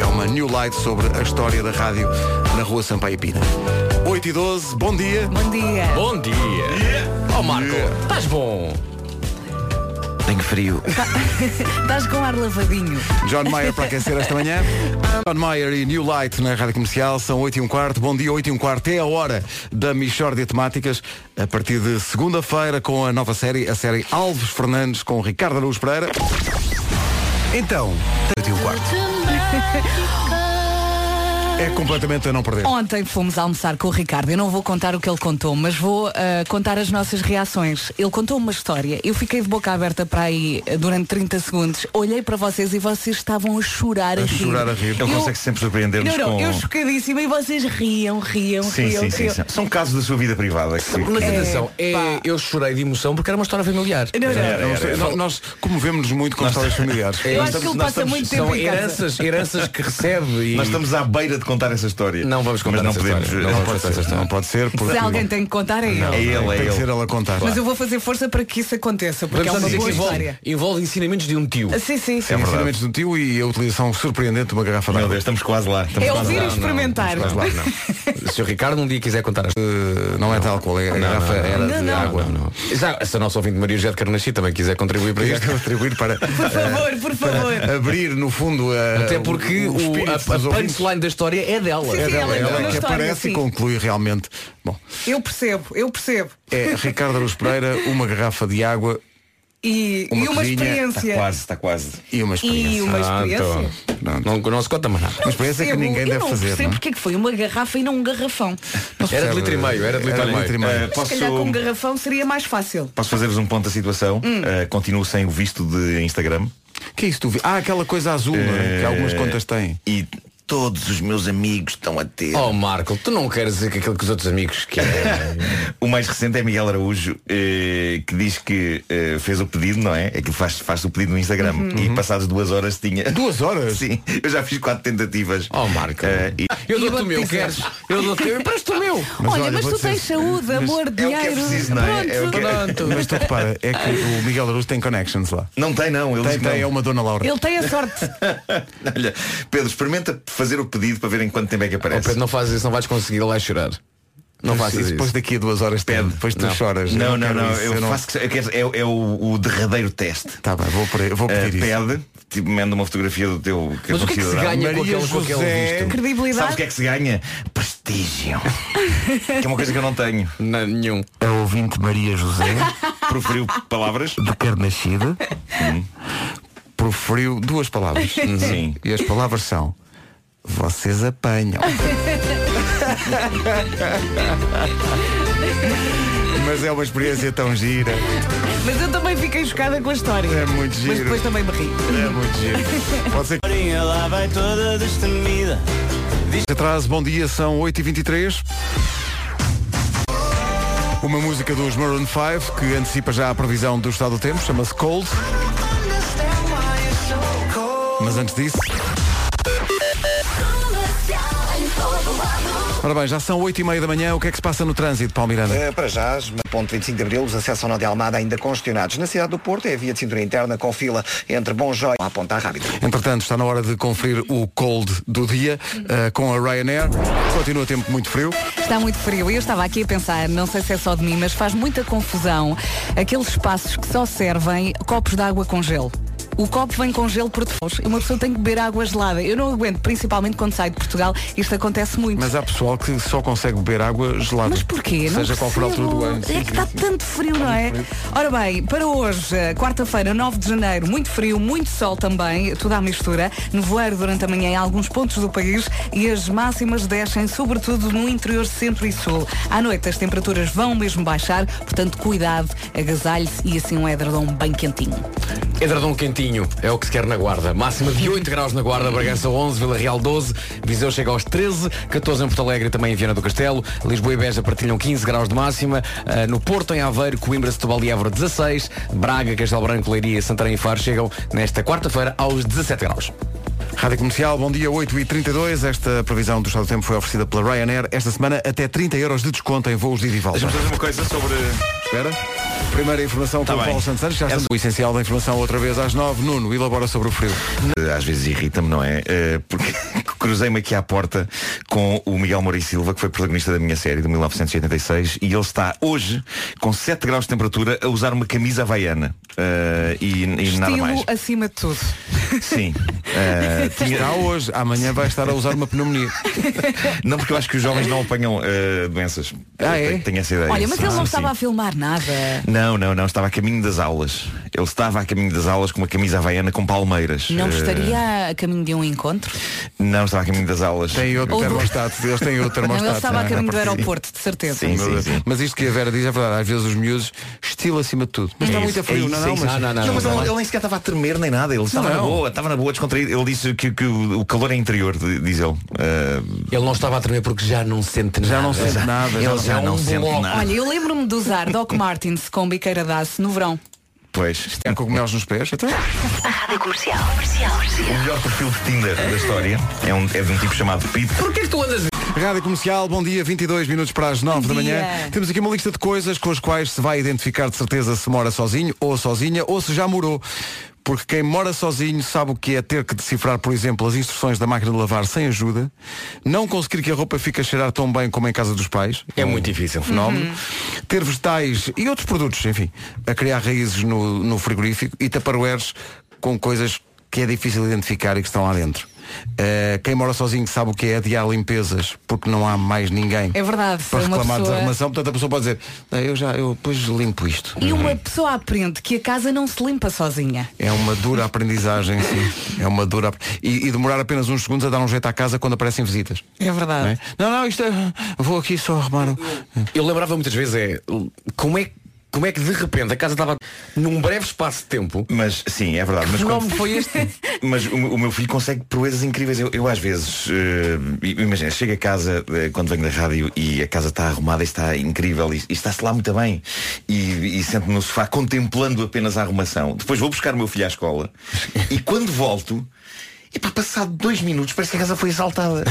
S3: É uma new light sobre a história da rádio na rua Sampaio Pina. 8 e 12, bom dia.
S5: Bom dia.
S9: Bom dia. Oh Marco, estás bom.
S3: Tenho frio.
S5: Estás com ar lavadinho.
S3: John Mayer para aquecer esta manhã. John Mayer e New Light na Rádio Comercial são 8 e um quarto. Bom dia, 8 e um quarto. É a hora da Michórdia de Temáticas. A partir de segunda-feira com a nova série, a série Alves Fernandes com Ricardo Araújo Pereira. Então, 8 e um quarto. É completamente a não perder.
S5: Ontem fomos almoçar com o Ricardo. Eu não vou contar o que ele contou, mas vou ah, contar as nossas reações. Ele contou uma história. Eu fiquei de boca aberta para aí ah, durante 30 segundos. Olhei para vocês e vocês estavam a chorar a,
S3: A
S5: rir.
S3: chorar a rir.
S10: Ele
S5: Eu-
S10: consegue sempre surpreender-nos
S5: Não, não,
S10: com.
S5: eu chocadíssima e vocês riam, riam,
S10: Sim,
S5: riam,
S10: sim, sim,
S5: riam.
S10: sim. São casos da sua vida privada. Que...
S9: Mas atenção, é- eu chorei de emoção porque era uma história familiar.
S5: Não, não.
S10: Era, era, era.
S3: Nós, nós comovemos-nos muito com histórias familiares.
S5: É, Eu acho
S10: Nós
S5: que ele
S10: estamos- nós
S5: passa
S10: estamos-
S5: muito tempo
S9: É São
S5: em casa.
S9: heranças, heranças que recebe e
S10: Nós estamos à beira de contar essa história.
S9: Não vamos contar
S10: Mas não
S9: essa
S10: podemos.
S9: história. Não
S10: Não,
S9: vamos
S10: pode
S9: contar essa
S10: ser.
S9: história.
S10: Não pode ser.
S5: Se
S10: porque-
S5: alguém tem que contar é
S10: É
S5: ele.
S10: ele, é
S3: Tem que ser
S10: ele.
S3: ela a contar.
S5: Mas eu vou fazer força para que isso aconteça, porque
S9: Vamos só
S5: é uma
S9: dizer
S5: boa
S9: que
S5: história.
S9: envolve, envolve ensinamentos de um tio.
S5: Ah, Sim, sim.
S10: É verdade.
S3: Ensinamentos do tio e a utilização surpreendente de uma garrafa de
S10: Meu
S3: água.
S10: Deus, estamos quase lá. Estamos
S5: É
S10: quase
S5: ouvir e
S10: lá.
S5: experimentar.
S9: Não, não. Se o Ricardo um dia quiser contar as
S3: Eh, Não é tal qual, é a garrafa era de
S5: Não, não.
S3: água.
S9: Já, se a nossa ouvinte Maria José de Carnassi também quiser contribuir para isto.
S3: Isto é atribuir para
S5: Por favor,
S10: Eh,
S5: por favor.
S3: abrir no fundo a,
S9: Até porque
S3: o,
S9: o,
S3: espírito
S9: a,
S3: dos
S9: a
S3: ouvintes.
S9: punchline da história é dela.
S5: Sim, sim, ela
S3: Ela
S5: Uma
S3: é que
S5: história,
S3: aparece
S5: sim.
S3: e conclui realmente. Bom,
S5: Eu percebo, eu percebo.
S10: eh,
S3: é Ricardo Aruz Pereira, uma garrafa de água,
S5: e e uma
S10: cozinha-
S5: experiência.
S10: Está quase, está quase.
S3: E uma
S5: experiência. E uma
S9: Ah, então.
S5: experiência.
S3: Não, não se conta mais nada.
S10: Uma então. experiência que
S5: Percebo,
S10: ninguém
S5: eu
S10: deve
S5: não
S10: fazer.
S5: percebo
S10: não é?
S5: porque é que foi uma garrafa e não um garrafão.
S10: Era de litro e meio,
S9: era de litro e meio.
S10: Eh,
S5: Se calhar com um
S10: posso,
S5: garrafão seria mais fácil.
S10: posso fazer-vos um ponto da situação?
S5: Hum.
S10: Eh, continuo sem o visto de Instagram.
S3: Que é isso? Tu vi? Ah, aquela coisa azul, não é? que algumas contas têm.
S10: E todos os meus amigos estão a ter.
S9: Oh Marco, tu não queres dizer que aquilo que os outros amigos querem.
S10: o mais recente é Miguel Araújo, eh, que diz que eh, fez o pedido, não é? Aquilo faz, faz o pedido no Instagram. E passadas duas horas tinha.
S3: Duas horas?
S10: Sim, eu já fiz quatro tentativas. Oh,
S9: Marco.
S10: e...
S9: Eu dou-te
S10: vou-te
S9: o meu,
S10: dizer.
S9: queres? Eu dou-te o meu, empresta o meu.
S3: É,
S5: olha, mas tu tens
S3: assim,
S5: saúde, amor,
S10: é
S5: dinheiro. Pronto.
S3: é Mas tu repara, é que o Miguel Aruz tem connections lá.
S10: Não tem não, ele
S3: tem,
S10: diz que
S3: tem,
S10: não.
S3: é uma dona Laura.
S5: Ele tem a sorte.
S10: Olha, Pedro, experimenta fazer o pedido para ver em quanto tempo é que aparece.
S9: Oh, Pedro, não fazes isso, não vais conseguir, ele vai chorar. Não
S10: Mas
S9: faças
S10: isso
S9: isso.
S10: depois
S3: daqui a duas horas tem, depois
S10: Não. Não, não, não. eu, faço que, eu quero- é, o- é o, o derradeiro teste.
S3: Tá bem, vou, vou
S10: pedir Pede, tipo, manda uma fotografia do teu
S9: Mas o que é que se
S10: considerado.
S9: ganha com Maria aquele- com aquele José. visto? Credibilidade?
S10: Sabes o que é que se ganha? Prestígio. que é uma coisa que eu não tenho.
S9: nenhum.
S3: é
S10: A ouvinte Maria José proferiu palavras
S3: de carnascida. Proferiu duas palavras.
S10: Uhum. Sim.
S3: E as palavras são vocês apanham. Mas é uma experiência tão gira.
S5: Mas eu também fiquei chocada com a história. É
S3: muito
S5: Mas
S3: giro.
S5: depois também me ri.
S3: É muito giro. Pode ser
S12: Ela vai toda destemida.
S3: Diz atraso, bom dia, são 8h23. Uma música dos Maroon 5 que antecipa já a previsão do estado do tempo, chama-se Cold. Mas antes disso. Ora bem, já são 8h30 da manhã, o que é que se passa no trânsito, Paulo Miranda?
S4: Eh, Para já, ponto 25 de Abril, os acessos ao Nó de Almada ainda congestionados. Na cidade do Porto é a via de cintura interna com fila entre Bom Joia a Ponta Rábida.
S3: Entretanto, está na hora de conferir o cold do dia eh, com a Ryanair. Continua tempo muito frio.
S5: Está muito frio. E Eu estava aqui a pensar, não sei se é só de mim, mas faz muita confusão aqueles espaços que só servem copos de água com gelo. O copo vem com gelo por default. Uma pessoa tem que beber água gelada. Eu não aguento, principalmente quando saio de Portugal. Isto acontece muito.
S3: Mas há pessoal que só consegue beber água gelada. Mas
S5: porquê? Não
S3: Seja qual for a altura do ano.
S5: É que está tanto frio, não é? Ora bem, para hoje, eh, quarta-feira, 9 de janeiro, muito frio, muito sol também, tudo à mistura, nevoeiro durante a manhã em alguns pontos do país e as máximas descem, sobretudo no interior centro e sul. À noite as temperaturas vão mesmo baixar, portanto cuidado, agasalhe-se e assim um edredom bem quentinho.
S9: Edredom quentinho, é o que se quer na Guarda. Máxima de 8 graus na Guarda, Bragança 11, Vila Real 12, Viseu chega aos 13, 14 em Porto Alegre e também em Viana do Castelo, Lisboa e Beja partilham 15 graus de máxima, Ah, no Porto, em Aveiro, Coimbra, Setúbal e Évora 16, Braga, Castelo Branco, Leiria, e Santarém e Faro chegam nesta quarta-feira aos 17 graus.
S3: Rádio Comercial, bom dia, 8h32. Esta previsão do estado do tempo foi oferecida pela Ryanair. Esta semana, até 30 euros de desconto em voos de ida e volta.
S10: Deixa-me dizer uma coisa sobre.
S3: Espera. Primeira informação
S10: Tá
S3: com o
S10: bem.
S3: Paulo Santos Santos. Já está o essencial da informação outra vez às 9. Nuno, elabora sobre o frio.
S10: Às vezes irrita-me, não é? Eh, Porque cruzei-me aqui à porta com o Miguel Moura e Silva, que foi protagonista da minha série de 1986, e ele está hoje, com 7 graus de temperatura, a usar uma camisa havaiana. Eh, e, e nada
S5: Estilo
S10: mais.
S5: acima de tudo.
S10: Sim. Eh, tinha-
S3: Está hoje, amanhã vai estar a usar uma pneumonia.
S10: Não, porque eu acho que os jovens não apanham eh, doenças.
S3: Ah,
S10: Eu
S3: é?
S10: Tenho essa ideia.
S5: Olha, mas
S10: Sim,
S5: ele não
S10: sim,
S5: estava
S10: sim.
S5: a filmar nada.
S10: Não, não, não, estava a caminho das aulas. Ele estava a caminho das aulas com uma camisa havaiana com palmeiras.
S5: Não
S10: Eh,
S5: estaria a caminho de um encontro?
S10: Não, estava a caminho das aulas. Tem
S3: outro
S5: Ou do-
S3: termostato, eles têm outro
S5: Não,
S3: termostato.
S5: ele estava a
S3: não é?
S5: caminho do
S3: partir daí.
S5: aeroporto, de certeza.
S3: Sim, sim, sim. Mas isto que a Vera diz é verdade, às vezes os miúdos, estilo acima de tudo. Mas
S9: É
S3: está
S10: É
S3: muito a frio, não, não, mas...
S10: mas ele, ele nem sequer estava a tremer nem nada. Ele estava
S3: Não.
S10: na boa, estava na boa, descontraído. Ele disse que, que o, o calor é interior, d- diz ele. Eh,
S9: Ele não estava a tremer porque já não sente
S10: Já
S9: nada.
S10: não sente nada, já
S9: Ele
S10: não-
S9: já, não
S10: já não sente
S9: bloco.
S10: nada.
S5: Olha, eu lembro-me de usar Doc Martins com biqueira de aço no verão.
S10: Pois.
S3: Tem É cogumelos nos pés, então?
S6: A rádio comercial. comercial,
S10: O melhor perfil de Tinder da história é, um, é de um tipo chamado Pete.
S9: Porquê que tu andas
S3: Rádio Comercial, bom dia, 22 minutos para as 9 da manhã.
S10: dia.
S3: Temos aqui uma lista de coisas com as quais se vai identificar de certeza se mora sozinho ou sozinha ou se já morou. Porque quem mora sozinho sabe o que é ter que decifrar, por exemplo, as instruções da máquina de lavar sem ajuda, não conseguir que a roupa fique a cheirar tão bem como em casa dos pais.
S9: É muito difícil.
S3: Fenómeno.
S9: Uhum.
S3: Ter vegetais e outros produtos, enfim, a criar raízes no, no frigorífico e taparoeiros com coisas que é difícil identificar e que estão lá dentro. Eh, quem mora sozinho sabe o que é adiar limpezas, porque não há mais ninguém
S5: É verdade,
S3: para
S5: uma
S3: reclamar
S5: pessoa-
S3: desarrumação. Portanto, a pessoa pode dizer, "Ah, eu já, eu depois limpo isto.
S5: E
S10: Uhum.
S5: uma pessoa aprende que a casa não se limpa sozinha.
S3: É uma dura aprendizagem, sim. É uma dura. ap- E, e demorar apenas uns segundos a dar um jeito à casa quando aparecem visitas.
S5: É verdade.
S3: Não, é? não, não, isto é. Vou aqui só arrumar. um-
S9: Eu lembrava muitas vezes é como é como é que de repente a casa estava num breve espaço de tempo.
S10: Mas sim, é verdade. Mas
S9: que
S10: quando-
S9: nome foi este?
S10: Mas o, o meu filho consegue proezas incríveis. Eu, eu às vezes, eh, imagina, chego a casa eh, quando venho da rádio e a casa está arrumada e está incrível e, e está-se lá muito bem. E, e sento-me no sofá contemplando apenas a arrumação. Depois vou buscar o meu filho à escola e quando volto. E para passado dois minutos parece que a casa foi assaltada.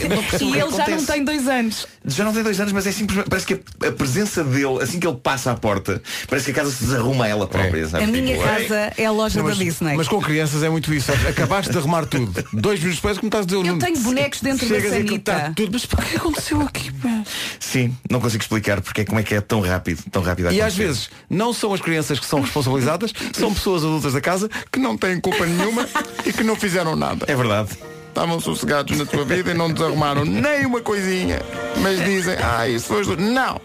S10: Eu não percebo o
S5: E
S10: que é que
S5: ele já não
S10: acontece.
S5: tem dois anos.
S10: Já não tem dois anos, mas é simplesmente. Parece que a, a presença dele, assim que ele passa à porta, parece que a casa se desarruma ela
S3: É.
S10: própria.
S5: A
S10: sabes?
S5: minha
S10: Tipo, "Ei,
S5: casa é a loja
S3: Não, mas,
S5: da Disney.
S3: mas com crianças é muito isso. sabes? Acabaste de arrumar tudo. Dois minutos depois é como estás a dizer o
S5: Eu
S3: Nuno.
S5: tenho bonecos dentro da
S3: Chegas e aquilo
S5: sanita.
S3: está tudo, mas o que aconteceu aqui? pá?
S10: Sim, não consigo explicar porque é como é que é tão rápido, tão rápido a
S3: E às
S10: acontecer.
S3: vezes não são as crianças que são responsabilizadas, são pessoas adultas da casa que não têm culpa nenhuma e que não fizeram nada.
S10: É verdade.
S3: Estavam sossegados na tua vida e não desarrumaram nem uma coisinha. Mas dizem, ah, isso foi. os- Não!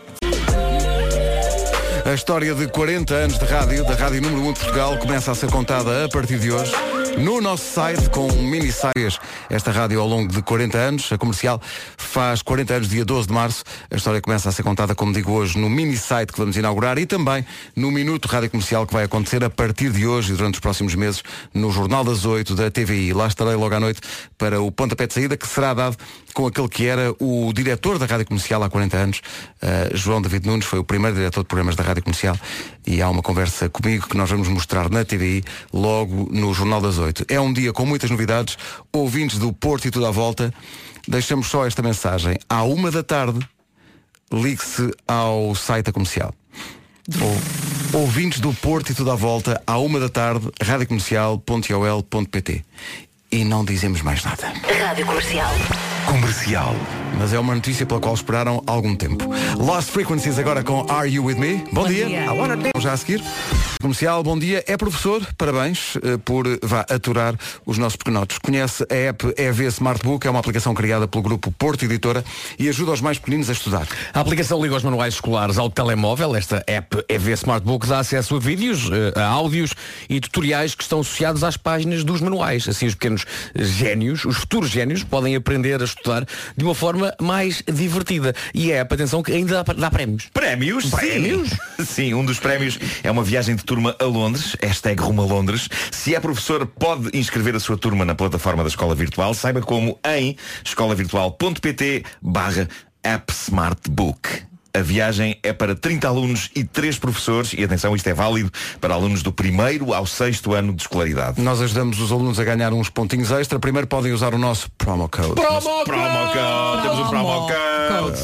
S3: A história de 40 anos de rádio, da Rádio Número 1 de Portugal, começa a ser contada a partir de hoje no nosso site com um mini séries. Esta rádio ao longo de 40 anos, a comercial faz 40 anos, dia 12 de março. A história começa a ser contada, como digo hoje, no mini site que vamos inaugurar e também no Minuto Rádio Comercial que vai acontecer a partir de hoje e durante os próximos meses no Jornal das 8 da TVI. Lá estarei logo à noite para o pontapé de saída que será dado com aquele que era o diretor da Rádio Comercial há 40 anos, eh, João David Nunes, foi o primeiro diretor de programas da Rádio Comercial e há uma conversa comigo que nós vamos mostrar na TVI logo no Jornal das Oito. É um dia com muitas novidades, ouvintes do Porto e tudo à volta, deixamos só esta mensagem. À uma da tarde, ligue-se ao site da comercial. Ou, ouvintes do Porto e tudo à volta, à uma da tarde, radiocomercial.ol.pt E não dizemos mais nada.
S6: Rádio Comercial.
S3: Comercial. Mas é uma notícia pela qual esperaram algum tempo. Lost Frequencies agora com Are You With Me? Bom,
S13: Bom
S3: dia.
S13: dia.
S3: I wanna dance. Já a seguir. Comercial, bom dia. É professor, parabéns eh, por eh, vá aturar os nossos pequenotes. Conhece a app EV Smartbook, é uma aplicação criada pelo grupo Porto Editora e ajuda os mais pequeninos a estudar.
S9: A aplicação liga os manuais escolares ao telemóvel. Esta app é EV Smartbook dá acesso a vídeos, eh, a áudios e tutoriais que estão associados às páginas dos manuais. Assim, os pequenos génios, os futuros génios, podem aprender a estudar de uma forma mais divertida. E é, atenção, que ainda dá, dá prémios.
S10: Prémios?
S9: Prémios?
S10: Sim. Sim, um dos prémios é uma viagem de turma a Londres, hashtag Rumo a Londres. Se é professor, pode inscrever a sua turma na plataforma da Escola Virtual. Saiba como em escolavirtual.pt barra appsmartbook. A viagem é para 30 alunos e 3 professores e atenção, isto é válido para alunos do primeiro ao sexto ano de escolaridade.
S3: Nós ajudamos os alunos a ganhar uns pontinhos extra. Primeiro podem usar o nosso promo code.
S10: Promo code! Temos um promo code!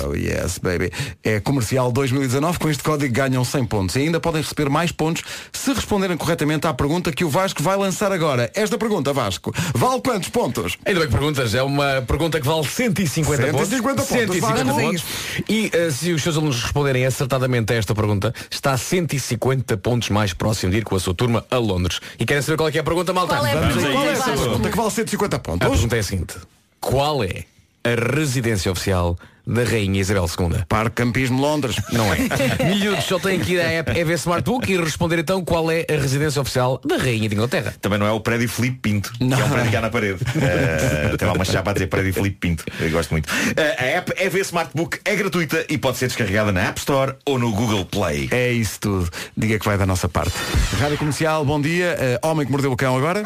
S3: Oh yes, baby. É comercial 2019, com este código ganham 100 pontos. E ainda podem receber mais pontos se responderem corretamente à pergunta que o Vasco vai lançar agora. Esta pergunta, Vasco, vale quantos pontos?
S9: Ainda bem que perguntas, é uma pergunta que vale 150 pontos.
S3: 150 pontos,
S9: 150
S3: vamos a
S9: pontos. E eh, se os seus alunos responderem acertadamente a esta pergunta, está 150 pontos mais próximo de ir com a sua turma a Londres. E querem saber qual é, que é a pergunta, malta?
S3: Qual é a
S9: Vamos
S3: pergunta,
S9: aí.
S3: Qual é essa Vasco? pergunta que vale 150 pontos?
S9: A pergunta é a seguinte. Qual é a residência oficial da Rainha Isabel II?
S3: Parque Campismo Londres.
S9: Não é. Milhudos só têm que ir à app EV Smartbook e responder então qual é a residência oficial da Rainha de Inglaterra.
S10: Também não é o prédio Filipe Pinto, que é um prédio que há na parede. Eh, tem lá uma chapa a dizer prédio Filipe Pinto. Eu gosto muito. Eh, a app EV Smartbook é gratuita e pode ser descarregada na App Store ou no Google Play.
S3: É isso tudo. Diga que vai da nossa parte. Rádio Comercial, bom dia. Eh, homem que mordeu o cão agora.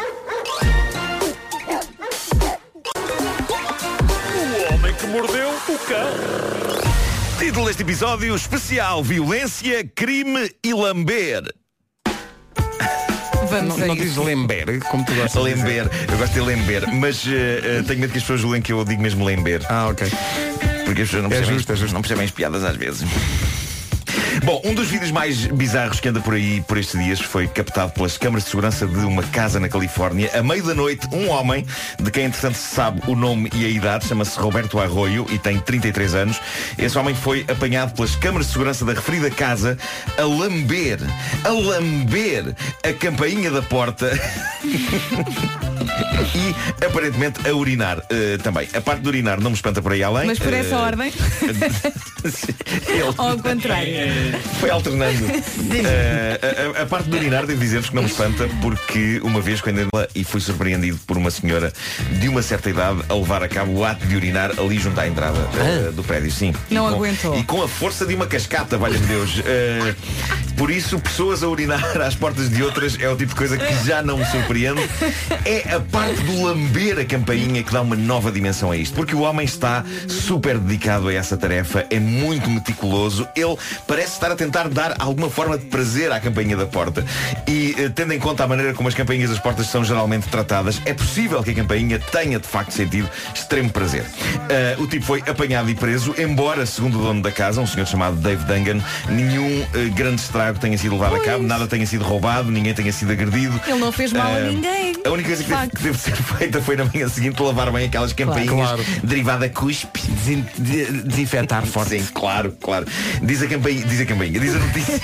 S11: O homem que mordeu o cão.
S10: Título deste episódio especial Violência, crime e lamber.
S5: Vamos
S3: não, não diz lember, como tu gostas. de dizer.
S10: Lember, eu gosto de lember, mas eh, eh, tenho medo que as pessoas julguem que eu digo mesmo lember.
S3: Ah, ok.
S10: Porque as pessoas não
S3: É
S10: percebem,
S3: justo, é justo.
S10: não percebem as piadas às vezes. Bom, um dos vídeos mais bizarros que anda por aí por estes dias foi captado pelas câmaras de segurança de uma casa na Califórnia. A meio da noite, um homem, de quem entretanto se sabe o nome e a idade, chama-se Roberto Arroio e tem 33 anos. Esse homem foi apanhado pelas câmaras de segurança da referida casa a lamber, a lamber a campainha da porta e aparentemente a urinar eh, também. A parte de urinar não me espanta por aí além.
S5: Mas por essa
S10: Eh,
S5: ordem. Ou ao contrário.
S10: Foi alternando. Eh, a, a- a parte do urinar, devo dizer-vos que não me espanta, porque uma vez quando andei lá e fui surpreendido por uma senhora de uma certa idade a levar a cabo o ato de urinar ali junto à entrada eh, do prédio, sim.
S5: Não
S10: E com-
S5: aguentou.
S10: E com a força de uma cascata, valha-me Deus. Eh, por isso, pessoas a urinar às portas de outras é o tipo de coisa que já não me surpreende. É a parte do lamber a campainha que dá uma nova dimensão a isto. Porque o homem está super dedicado a essa tarefa, é muito meticuloso. Ele parece estar a tentar dar alguma forma de prazer à campainha da porta. E eh, tendo em conta a maneira como as campainhas das portas são geralmente tratadas, é possível que a campainha tenha de facto sentido extremo prazer. Eh, o tipo foi apanhado e preso, embora, segundo o dono da casa, um senhor chamado Dave Dungan, nenhum eh, grande estrago tenha sido levado a cabo, nada tenha sido roubado, ninguém tenha sido agredido.
S5: Ele não fez mal a
S10: Eh,
S5: ninguém.
S10: A única coisa que teve, que teve de ser feita foi na manhã seguinte lavar bem aquelas campainhas derivada cuspe, desin- de- desinfetar forte. Sim, claro, claro. Diz a campainha, diz a campainha, diz a notícia.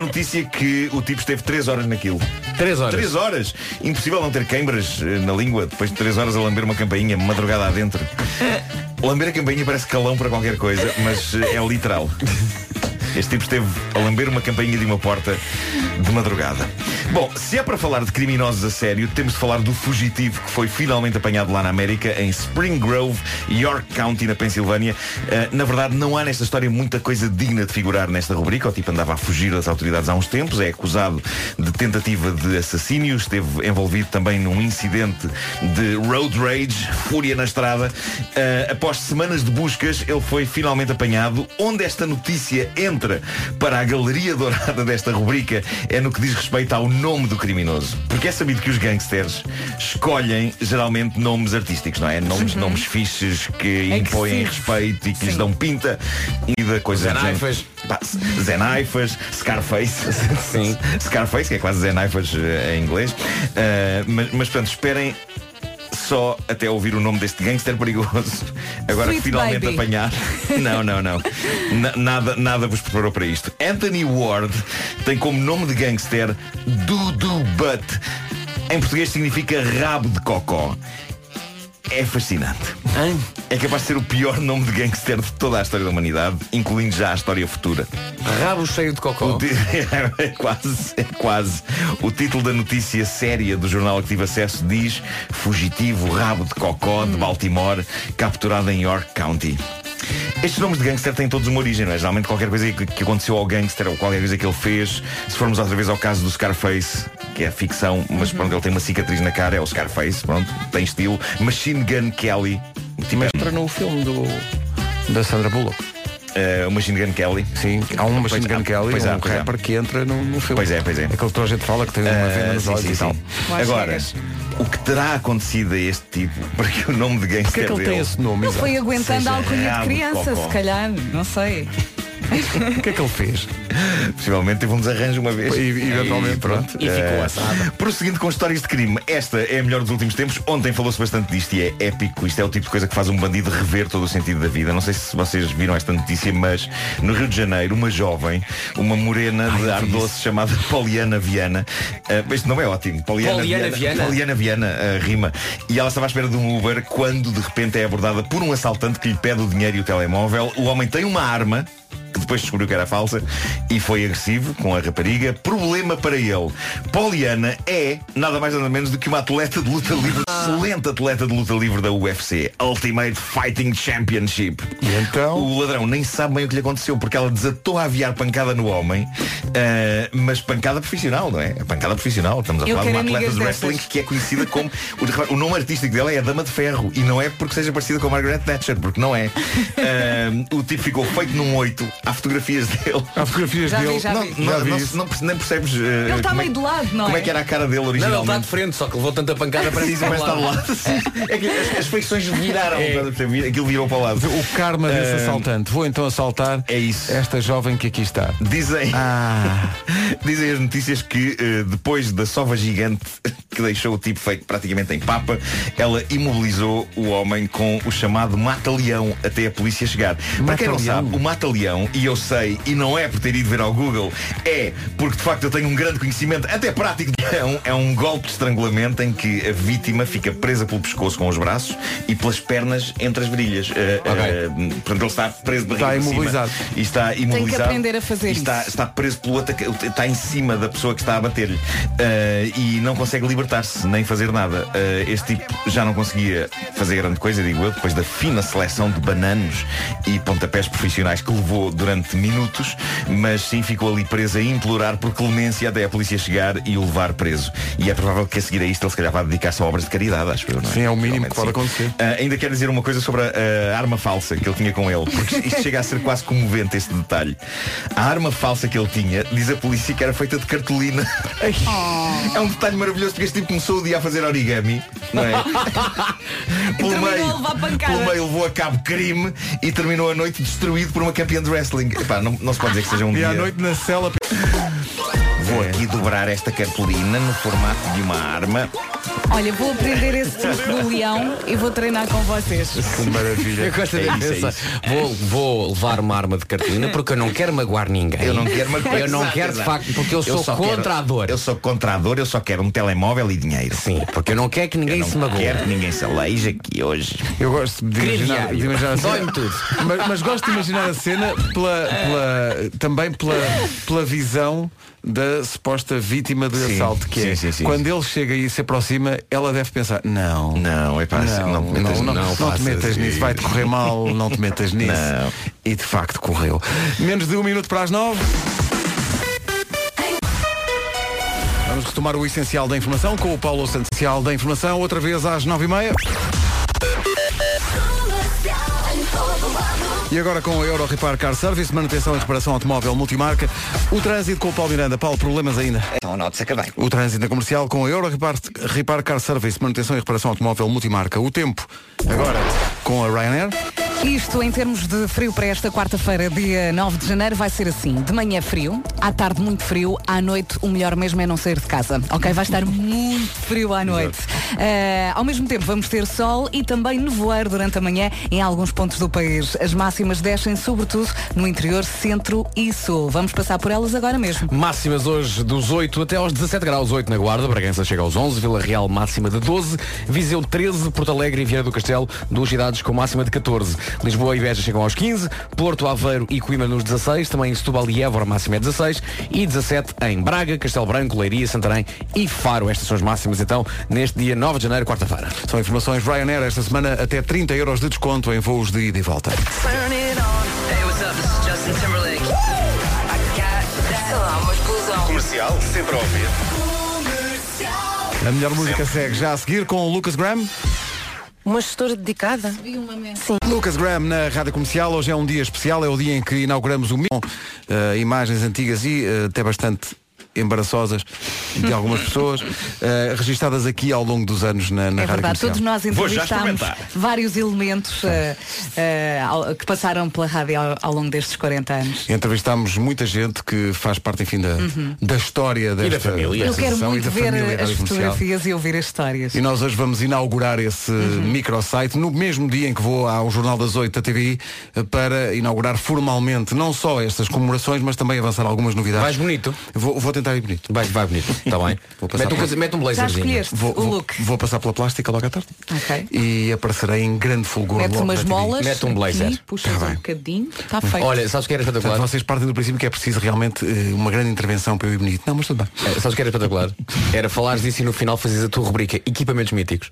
S10: A notícia que o tipo esteve 3 horas naquilo. 3
S9: horas?
S10: 3 horas. Impossível não ter queimbras eh, na língua depois de 3 horas a lamber uma campainha, madrugada adentro. Lamber a campainha parece calão para qualquer coisa, mas eh, é literal. Este tipo esteve a lamber uma campainha de uma porta de madrugada. Bom, se é para falar de criminosos a sério, temos de falar do fugitivo que foi finalmente apanhado lá na América, em Spring Grove, York County, na Pensilvânia. Ah, na verdade, não há nesta história muita coisa digna de figurar nesta rubrica. O tipo andava a fugir das autoridades há uns tempos, é acusado de tentativa de assassínio, esteve envolvido também num incidente de road rage, fúria na estrada. Ah, após semanas de buscas, ele foi finalmente apanhado. Onde esta notícia entra para a galeria dourada desta rubrica é no que diz respeito ao nome do criminoso. Porque é sabido que os gangsters escolhem geralmente nomes artísticos, não é? Nomes, nomes fixes que
S9: Uhum. É que
S10: impõem
S9: sim.
S10: respeito e que lhes dão pinta e da coisa
S9: Zé
S10: do género.
S9: Naifas.
S10: Pá, Zé Naifas, Scarface. Sim. Scarface, que é quase Zé Naifas eh, em inglês. Ah, mas, mas portanto, esperem só até ouvir o nome deste gangster perigoso. Agora
S13: Sweet
S10: que finalmente
S13: baby.
S10: apanhar. Não, não, não. Na- nada, nada vos preparou para isto. Anthony Ward tem como nome de gangster Dudu Butt. Em português significa rabo de cocó. É fascinante. É capaz de ser o pior nome de gangster de toda a história da humanidade, incluindo já a história futura.
S9: Rabo cheio de cocó.
S10: O ti- é quase, é quase. O título da notícia séria do jornal que tive acesso diz Fugitivo Rabo de Cocó de Baltimore, capturado em York County. Estes nomes de gangster têm todos uma origem, não é? Geralmente qualquer coisa que que aconteceu ao gangster ou qualquer coisa que ele fez, se formos outra vez ao caso do Scarface, que é ficção, mas pronto, ele tem uma cicatriz na cara, é o Scarface, pronto, tem estilo. Machine Gun Kelly. Mas entra no filme do.
S3: Da Sandra Bullock.
S10: eh, o Machine Gun Kelly.
S3: Sim, há um Machine
S10: Pois é,
S3: Gun Kelly,
S10: pois é,
S3: um
S10: pois é.
S3: rapper que entra no, no filme.
S10: Pois é, pois é.
S3: Aquele que toda a gente fala que tem uma
S10: Ah,
S3: venda nos
S10: sim,
S3: olhos
S10: sim,
S3: e
S10: sim.
S3: tal.
S10: Agora, o que terá acontecido a este tipo para que o nome de gangster
S3: Porquê é que ele
S10: dele
S3: tem esse nome?
S5: Ele foi aguentando
S10: seja
S5: a alcunha de
S10: rabo
S5: criança,
S10: cocó?
S5: se calhar. Não sei.
S10: O que é que ele fez? Possivelmente teve um desarranjo uma vez.
S3: E- e eventualmente, é? pronto. E ficou
S10: Eh,
S3: assado.
S10: Prosseguindo com histórias de crime, esta é a melhor dos últimos tempos. Ontem falou-se bastante disto e é épico. Isto é o tipo de coisa que faz um bandido rever todo o sentido da vida. Não sei se vocês viram esta notícia, mas no Rio de Janeiro, uma jovem, uma morena de ar doce chamada Poliana Viana. eh, este nome é ótimo. Poliana,
S9: Poliana Viana?
S10: Poliana Viana, eh, rima. E ela estava à espera de um Uber quando de repente é abordada por um assaltante que lhe pede o dinheiro e o telemóvel. O homem tem uma arma que depois descobriu que era falsa e foi agressivo com a rapariga. Problema para ele. Poliana é nada mais nada menos do que uma atleta de luta livre, excelente atleta de luta livre da UFC, Ultimate Fighting Championship. então? O ladrão nem sabe bem o que lhe aconteceu porque ela desatou a aviar pancada no homem, ah, mas pancada profissional, não é? Pancada profissional. Estamos a
S13: Eu
S10: falar de
S13: quero
S10: uma atleta
S13: amigas
S10: de
S13: dessas.
S10: wrestling que é conhecida como. o- repara, O nome artístico dela é a Dama de Ferro e não é porque seja parecida com a Margaret Thatcher, porque não é. Ahm, o tipo ficou feito num oito. Há fotografias dele. Há
S3: fotografias Já vi, dele. já
S10: Não,
S3: vi.
S10: não-
S3: Já vi
S10: não-
S3: isso.
S10: não perce- nem percebes. eh,
S5: Ele está
S10: como é
S5: meio
S10: que-
S5: de lado, não é?
S10: como é que era a cara dele
S9: Não, ele
S10: originalmente?
S9: está de frente, só que levou tanta pancada para
S10: Sim,
S9: isso.
S10: mas está de lado. tá É que as, as feições viraram. tá Aquilo virou para o lado.
S3: O karma desse assaltante. Vou então assaltar
S10: é isso.
S3: esta jovem que aqui está. Ah.
S10: Dizem, dizem as notícias que eh, depois da sova gigante que deixou o tipo feito praticamente em papa, ela imobilizou o homem com o chamado mata-leão até a polícia chegar. Para quem não
S3: Mata-leão?
S10: sabe, o mata-leão, e eu sei, e não é por ter ido ver ao Google, é porque de facto eu tenho um grande conhecimento, até prático, de é um, é um golpe de estrangulamento em que a vítima fica presa pelo pescoço com os braços e pelas pernas entre as virilhas. Eh, eh, portanto, ele está preso de barriga
S3: Está
S10: para cima
S3: imobilizado.
S10: E está
S5: Tem
S10: imobilizado.
S5: que aprender a fazer
S10: E está,
S5: isso.
S10: está preso pelo ataque, está em cima da pessoa que está a bater-lhe Eh, e não consegue libertar-se nem fazer nada. Eh, este tipo já não conseguia fazer grande coisa, digo eu, depois da fina seleção de bananos e pontapés profissionais que levou durante minutos, mas sim ficou ali preso a implorar por clemência até a polícia chegar e o levar preso. E é provável que a seguir a isto ele se calhar vá dedicar-se a obras de caridade, acho eu, não é?
S3: Sim, é o mínimo que pode
S10: Sim.
S3: acontecer.
S10: Ah, ainda quero dizer uma coisa sobre a, a arma falsa que ele tinha com ele, porque isto chega a ser quase comovente este detalhe. A arma falsa que ele tinha, diz a polícia que era feita de cartolina.
S9: Oh.
S10: É um detalhe maravilhoso porque este tipo começou o dia a fazer origami, não é? pelo,
S5: Terminou a
S10: meio,
S5: levar pancadas.
S10: pelo meio levou a cabo crime e terminou a noite destruído por uma campeã de wrestling. Epá, não, não se pode dizer que seja um
S3: E
S10: dia.
S3: à noite na cela.
S10: Vou aqui dobrar esta cartolina no formato de uma arma.
S5: Olha, vou aprender esse truque do leão e vou treinar com vocês.
S3: Que maravilha.
S9: Eu gosto
S10: É
S9: de
S10: isso, é
S9: pensar, vou, vou levar uma arma de cartolina porque eu não quero magoar ninguém.
S10: Eu não quero uma coisa.
S9: Eu não
S10: Exato,
S9: quero, de
S10: exato.
S9: facto, porque eu, sou
S10: só
S9: contra
S10: quero-
S9: a dor.
S10: Eu sou contra a dor, eu só quero um telemóvel e dinheiro.
S9: Sim, porque eu não quero que ninguém se magoe.
S10: Quero que ninguém se aleije aqui hoje.
S3: Eu gosto de
S9: Queria
S3: imaginar, de
S9: diário.
S3: imaginar a
S9: Dói-me
S3: cena.
S9: tudo.
S3: Mas, mas gosto de imaginar a cena pela, pela- também pela, pela visão da suposta vítima de
S10: Sim,
S3: assalto que é.
S10: sim, sim, sim.
S3: Quando ele chega e se aproxima, ela deve pensar, não.
S10: Não, é para
S3: Não, não, não, não, te
S10: faças
S3: metas
S10: isso.
S3: nisso, vai te correr mal, não te metas nisso.
S10: Não.
S3: E de facto correu. Menos de um minuto para as nove. Vamos retomar o essencial da informação com o Paulo Santos. Essencial da informação, outra vez às nove e meia. E agora com a Euro Repar Car Service, manutenção e reparação automóvel multimarca, o trânsito com o Paulo Miranda. Paulo, problemas ainda?
S4: Então anota-se que bem.
S3: O trânsito na comercial com a Euro Repar, Repar Car Service, manutenção e reparação automóvel multimarca. O tempo, agora com a Ryanair.
S5: Isto em termos de frio para esta quarta-feira, dia 9 de janeiro, vai ser assim. De manhã frio, à tarde muito frio, à noite o melhor mesmo é não sair de casa. Ok? Vai estar muito frio à noite. Eh, ao mesmo tempo vamos ter sol e também nevoeiro durante a manhã em alguns pontos do país. As máximas descem sobretudo no interior, centro e sul. Vamos passar por elas agora mesmo.
S9: Máximas hoje dos 8 até aos 17 graus, 8 na Guarda, Bragança chega aos 11, Vila Real máxima de 12, Viseu 13, Porto Alegre e Vieira do Castelo, duas cidades com máxima de 14. Lisboa e Beja chegam aos 15, Porto, Aveiro e Coimbra nos 16, também em Setúbal e Évora máxima é 16 e 17 em Braga, Castelo Branco, Leiria, Santarém e Faro. Estas são as máximas então neste dia 9 de janeiro, quarta-feira.
S3: São informações Ryanair esta semana até 30 euros de desconto em voos de ida e volta.
S10: Comercial, sempre a ouvir.
S3: A melhor música segue já a seguir com o Lucas Graham.
S13: Uma gestora dedicada? Sim.
S3: Lucas Graham na Rádio Comercial, hoje é um dia especial, é o dia em que inauguramos o MIM, eh, imagens antigas e eh, até bastante embaraçosas de algumas pessoas, eh, registadas aqui ao longo dos anos na, na
S5: É
S3: Rádio
S5: verdade,
S3: Comercial.
S5: todos nós
S10: Vou já
S5: entrevistámos
S10: experimentar.
S5: vários elementos eh, eh, ao- que passaram pela rádio ao- ao longo destes 40 anos.
S3: Entrevistámos muita gente que faz parte, enfim, da, da história desta,
S9: da família.
S5: Uhum. Eu
S3: desta
S5: quero
S3: sessão
S5: muito
S3: e da família
S5: ver
S3: da
S5: as
S3: Rádio Comercial.
S5: fotografias e ouvir as histórias.
S3: E nós hoje vamos inaugurar esse
S9: Uhum.
S3: microsite no mesmo dia em que vou ao Jornal das Oito da TVI eh, para inaugurar formalmente não só estas comemorações, mas também avançar algumas novidades.
S9: Vais bonito?
S3: Vou, vou tentar ir bonito.
S9: Vai, vai bonito, está bem.
S3: Vou passar
S9: mete, um,
S3: por-
S9: coisa- mete um
S5: Já
S9: blazerzinho.
S5: escolheste
S3: Vou,
S5: o
S3: vou-
S5: look.
S3: vou passar pela plástica logo à tarde
S5: Ok.
S3: e aparecerei em grande fulgor.
S5: Metes
S3: logo
S5: umas
S3: na TVI.
S5: molas
S9: Mete um blazer.
S5: e puxas
S3: Tá
S5: um
S3: bem. Uhum.
S5: bocadinho. Está feito.
S9: Olha, sabes o que era
S3: Portanto,
S9: espetacular?
S3: vocês partem do princípio que é preciso realmente eh, uma grande intervenção para eu ir bonito. Não, mas tudo bem.
S9: É, Sabes o que era espetacular? Era falares disso e no final fazias a tua rubrica Equipamentos Míticos.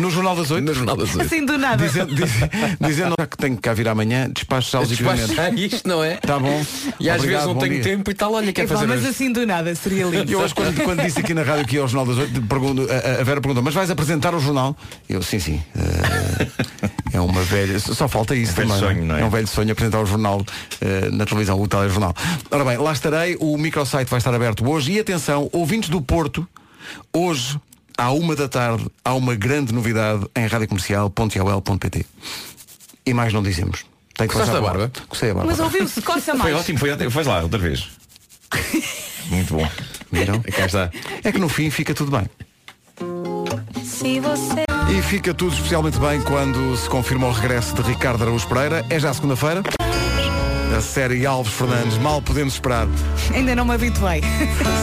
S3: No Jornal das Oito.
S9: No Jornal das Oito.
S5: assim do nada.
S3: Dizendo, é dizendo, dizendo já que tenho que cá vir amanhã, despacho já os equipamentos.
S9: Despachar isto, não é?
S3: Tá bom.
S9: E às
S3: Obrigado,
S9: vezes não
S3: bom
S9: tenho
S3: dia.
S9: tempo e tal, olha, quer
S5: Epá,
S9: fazer
S5: mas
S9: hoje.
S5: assim do nada seria lindo.
S3: Eu hoje quando, quando disse aqui na rádio que ia ao Jornal das Oito, pergunto- a, a Vera perguntou, mas vais apresentar o jornal? Eu, sim, sim. eh, é uma velha. Só falta isso
S10: velho
S3: também.
S10: sonho, não é?
S3: um velho sonho apresentar o jornal eh, na televisão, o telejornal. Ora bem, lá estarei, o microsite vai estar aberto hoje. E atenção, ouvintes do Porto, hoje, à uma da tarde, há uma grande novidade em radiocomercial.iol.pt. E mais não dizemos. Tem que
S9: Gostaste
S3: passar
S9: da
S3: por lá.
S9: barba?
S3: Gostei da barba.
S5: Mas ouviu-se, coça
S10: Foi
S5: mais.
S10: ótimo, foi ótimo. Faz lá, outra vez. Muito bom.
S3: Viram?
S9: Cá está.
S3: É que no fim fica tudo bem.
S14: se você.
S3: E fica tudo especialmente bem quando se confirma o regresso de Ricardo Araújo Pereira. É já segunda-feira. A série Alves Fernandes, mal podemos esperar.
S5: Ainda não me habituei.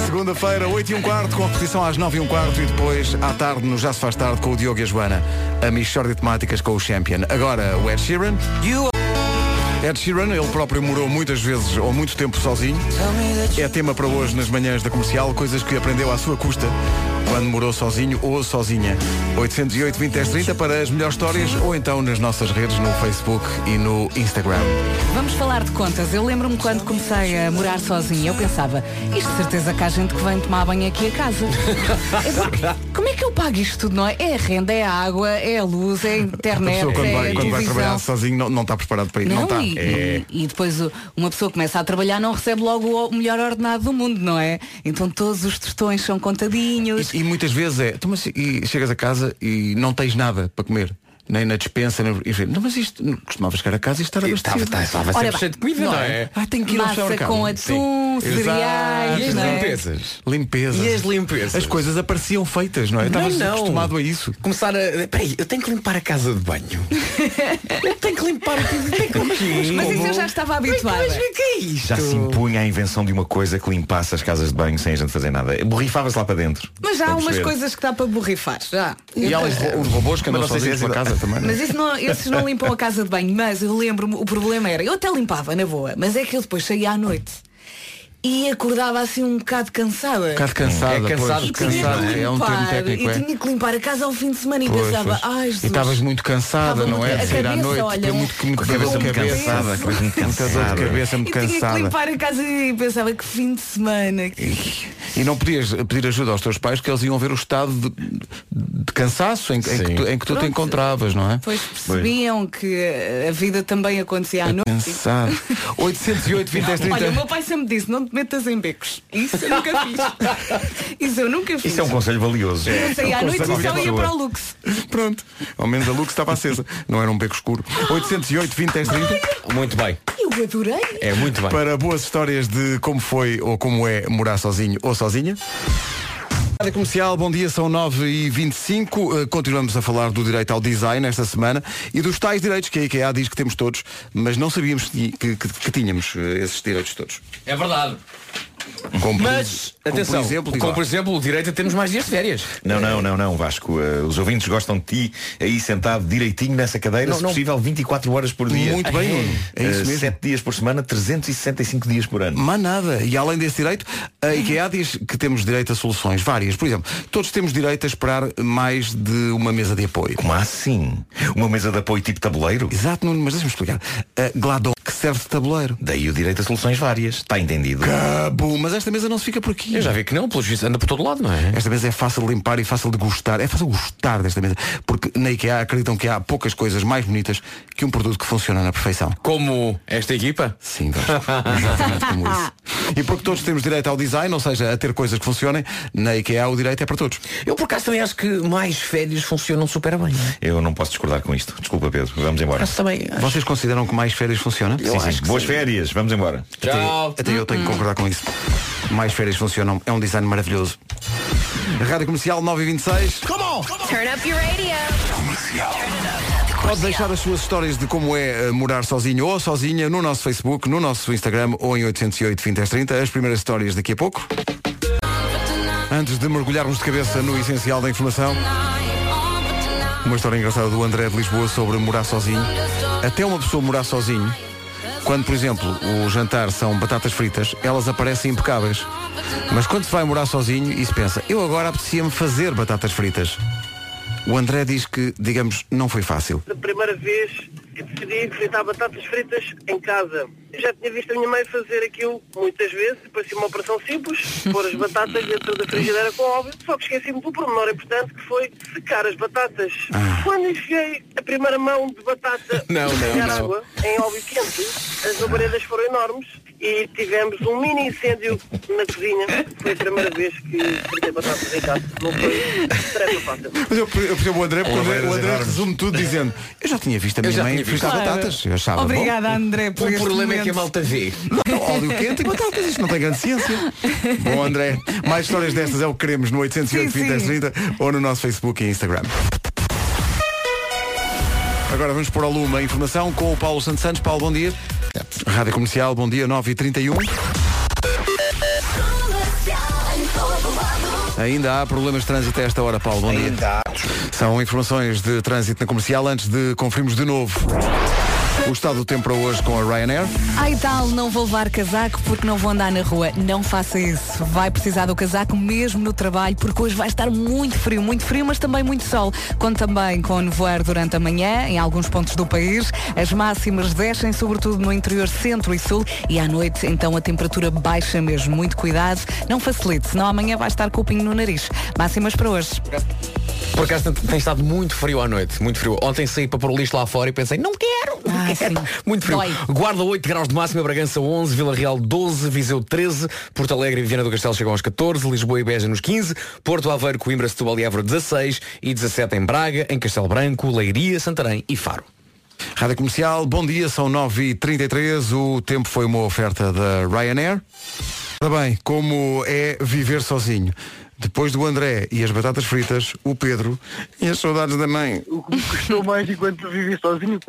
S3: Segunda-feira, 8 e um quarto, com a repetição às 9 e um quarto e depois à tarde no Já se faz tarde com o Diogo e a Joana. A Michord de Temáticas com o Champion. Agora o Ed Sheeran. Ed Sheeran, ele próprio morou muitas vezes ou muito tempo sozinho. É tema para hoje nas manhãs da comercial, coisas que aprendeu à sua custa quando morou sozinho ou sozinha. 808 20 10 30 para as melhores histórias ou então nas nossas redes no Facebook e no Instagram.
S5: Vamos falar de contas. Eu lembro-me quando comecei a morar sozinha, eu pensava, isto de certeza que há gente que vem tomar banho aqui a casa. É porque, como é que eu pago isto tudo, não é? É a renda, é a água, é a luz, é a
S3: A
S5: internet,
S3: pessoa quando,
S5: é
S3: vai,
S5: a
S3: quando vai
S5: televisão.
S3: trabalhar sozinho não, não está preparado para ir. Não,
S5: Não,
S9: tá.
S3: está. É
S5: e,
S9: É.
S5: e- e depois o- uma pessoa começa a trabalhar não recebe logo o melhor ordenado do mundo, não é? Então todos os tostões são contadinhos.
S3: E muitas vezes é, "Então, mas e chegas a casa e não tens nada para comer. Nem na dispensa, nem... e vê, Não, mas isto não, costumava chegar a casa e estar abastecido.
S9: estava- estava Ora sempre bem, cheio de comida, não não é? é?
S3: Ah, tenho que ir
S9: Massa
S3: ao supermercado.
S9: com
S3: Sim.
S9: atum, cereais, E as não é? limpezas?
S3: Limpezas.
S9: E as limpezas?
S3: As coisas apareciam feitas, não é?
S9: Não,
S3: Estavas
S9: não.
S3: acostumado a isso.
S9: Começar a. Peraí, eu tenho que limpar a casa de banho. Eu tenho que limpar tudo. Tenho que... Mas,
S5: Mas isso eu já estava habituada.
S9: Mas o que é isto?
S10: Já se impunha a invenção de uma coisa que limpasse as casas de banho sem a gente fazer nada. Borrifava-se lá para dentro.
S5: Mas já há
S10: Estão a
S5: umas
S10: perceber?
S5: coisas que dá para borrifar, já.
S10: E há uns ro- uns robôs que andam
S3: Mas não sei se é
S10: sozinhos pela
S3: assim-
S10: casa também.
S5: Mas isso não, esses não limpam a casa de banho, mas eu lembro-me, o problema era, eu até limpava na boa, mas é que eu depois saía à noite e acordava assim um bocado cansada. Um
S3: bocado cansada, É pois. cansado,
S5: e tinha que
S3: cansado, é, é um termo
S5: limpar,
S3: técnico, é.
S5: E tinha que limpar a casa ao fim de semana e
S3: Pois,
S5: pensava,
S3: pois.
S5: ai
S3: e
S5: Jesus.
S3: estavas muito cansada,
S5: Estava
S3: não é?
S5: muito-
S3: De
S5: a
S3: sair à
S5: cabeça,
S3: noite,
S5: olha,
S3: tem
S5: um-
S3: muito, muito
S10: Com a cabeça
S3: dor de
S10: muito
S3: cabeça.
S10: cansada, a cabeça muito
S3: Muita dor de
S10: cansada.
S3: cabeça, muito
S5: e tinha que
S3: cansada.
S5: limpar a casa e pensava que fim de semana. que-
S3: E não podias pedir ajuda aos teus pais que eles iam ver o estado de, de cansaço em, em que tu, em que tu te
S5: Pronto.
S3: encontravas, não é?
S5: Depois percebiam que eh, a vida também acontecia à noite.
S3: Cansado. 808 20 10
S5: Olha,
S3: 30.
S5: o meu pai sempre disse, não te metas em becos. Isso eu nunca fiz. Isso eu nunca fiz.
S10: Isso é um conselho valioso.
S5: Eu saía
S3: É um
S5: à noite
S3: conselho
S5: e só
S3: qualquer
S5: ia para o
S3: pessoa.
S5: Lux.
S3: Pronto. Ao menos a luz estava acesa. Não era um beco escuro. 808 20 10
S9: É
S3: 30. Muito bem.
S5: Eu adorei.
S3: É muito bem. Para boas histórias de como foi ou como é morar sozinho ou sozinha. Rádio Comercial, bom dia, são 9h25. Eh, continuamos a falar do direito ao design esta semana e dos tais direitos que a IKEA diz que temos todos, mas não sabíamos que, que- que- que tínhamos eh, esses direitos todos.
S9: É verdade.
S3: Como por-
S9: Mas,
S3: como por
S9: atenção,
S3: exemplo, diz
S9: como
S3: lá.
S9: por exemplo o direito a termos mais dias de férias.
S10: Não, não, não, não, Vasco. Uh, os ouvintes gostam de ti aí sentado direitinho nessa cadeira,
S9: Não,
S10: se
S9: não.
S10: possível 24 horas por dia.
S3: Muito bem, Nuno. É isso mesmo.
S10: 7 dias por semana, 365 dias por ano.
S3: Mas nada. E além desse direito, a
S9: Uhum.
S3: IKEA diz que temos direito a soluções várias. Por exemplo, todos temos direito a esperar mais de uma mesa de apoio.
S10: Como assim? Uma mesa de apoio tipo tabuleiro?
S3: Exato, Nuno, mas deixa-me explicar. A Gladon, que serve de tabuleiro.
S10: Daí o direito a soluções várias. Está entendido?
S3: Cabo, mas esta mesa não se fica por aqui.
S9: Eu já vi que não, pelos vistos anda por todo lado, não é?
S3: Esta mesa é fácil de limpar e fácil de gostar. É fácil gostar desta mesa. Porque na IKEA acreditam que há poucas coisas mais bonitas que um produto que funciona na perfeição.
S9: Como esta equipa?
S3: Sim, Como isso. E porque todos temos direito ao design, ou seja, a ter coisas que funcionem, na IKEA o direito é para todos.
S9: Eu por acaso também acho que mais férias funcionam super bem.
S10: Eu não posso discordar com isto. Desculpa, Pedro. Vamos embora.
S9: Acho também.
S3: Vocês consideram que mais férias funciona?
S10: Sim, sim. Boas férias. Vamos embora.
S3: Até, até eu tenho que concordar com isso. Mais férias funcionam. É um design maravilhoso. Rádio Comercial 926.
S14: Come on! Turn up your radio.
S3: Pode deixar as suas histórias de como é eh, morar sozinho ou sozinha no nosso Facebook, no nosso Instagram ou em 808 20 30. As primeiras histórias daqui a pouco. Antes de mergulharmos de cabeça no essencial da informação, uma história engraçada do André de Lisboa sobre morar sozinho. Até uma pessoa morar sozinho, quando, por exemplo, o jantar são batatas fritas, elas aparecem impecáveis. Mas quando se vai morar sozinho e se pensa, eu agora apetecia-me fazer batatas fritas. O André diz que, digamos, não foi fácil.
S15: da é primeira vez que decidi fritar batatas fritas em casa. Eu já tinha visto a minha mãe fazer aquilo muitas vezes, parecia uma operação simples, pôr as batatas dentro da frigideira com óbvio, só que esqueci-me do pormenor importante que foi secar as batatas.
S10: Ah.
S15: Quando enfiei a primeira mão de batata
S9: Não, não,
S15: a
S9: não.
S15: água em óleo quente, as labaredas foram enormes e tivemos um mini incêndio na cozinha. Foi a primeira vez que fritei batatas em casa. Não foi tarefa fácil.
S3: Mas eu, eu percebo o André, porque o André, o André resume tudo dizendo Eu já tinha visto a
S9: Eu
S3: minha
S9: já
S3: mãe
S9: tinha visto.
S3: fritar
S9: Claro.
S3: batatas. Eu achava,
S5: Obrigada,
S3: bom,
S5: André, por
S9: O
S5: este
S9: problema é que a
S5: momento.
S9: malta vê.
S3: Não, óleo quente e batatas, isto não tem grande ciência. Bom, André, mais histórias destas é o que queremos no 808
S11: Sim, sim.
S3: 20 30 ou no nosso Facebook e Instagram. Agora vamos pôr ao lume a informação com o Paulo Santos Santos. Paulo, bom dia. Rádio Comercial, bom dia, 9h31. Ainda há problemas de trânsito a esta hora, Paulo. Bom dia. São informações de trânsito na comercial antes de conferirmos de novo o estado do tempo para hoje com a Ryanair.
S5: Ai tal, não vou levar casaco porque não vou andar na rua. Não faça isso. Vai precisar do casaco mesmo no trabalho porque hoje vai estar muito frio, muito frio, mas também muito sol. Conto também com nevoeiro durante a manhã em alguns pontos do país. As máximas descem sobretudo no interior centro e sul e à noite então a temperatura baixa mesmo. Muito cuidado, não facilite, senão amanhã vai estar com o pinho no nariz. Máximas para hoje.
S9: Por acaso tem- tem estado muito frio à noite, muito frio. Ontem saí para pôr o lixo lá fora e pensei, não quero, não quero. Muito frio. Guarda 8 graus de máxima, Bragança 11, Vila Real 12, Viseu 13, Porto Alegre e Viana do Castelo chegam aos 14, Lisboa e Beja nos 15, Porto Aveiro, Coimbra, Setúbal e Évora 16 e 17 em Braga, em Castelo Branco, Leiria, Santarém e Faro.
S3: Rádio Comercial, bom dia, são 9h33, o tempo foi uma oferta da Ryanair. Ora bem, como é viver sozinho? Depois do André e as batatas fritas, o Pedro e as saudades da mãe.
S16: O que me custou mais enquanto vivi sozinho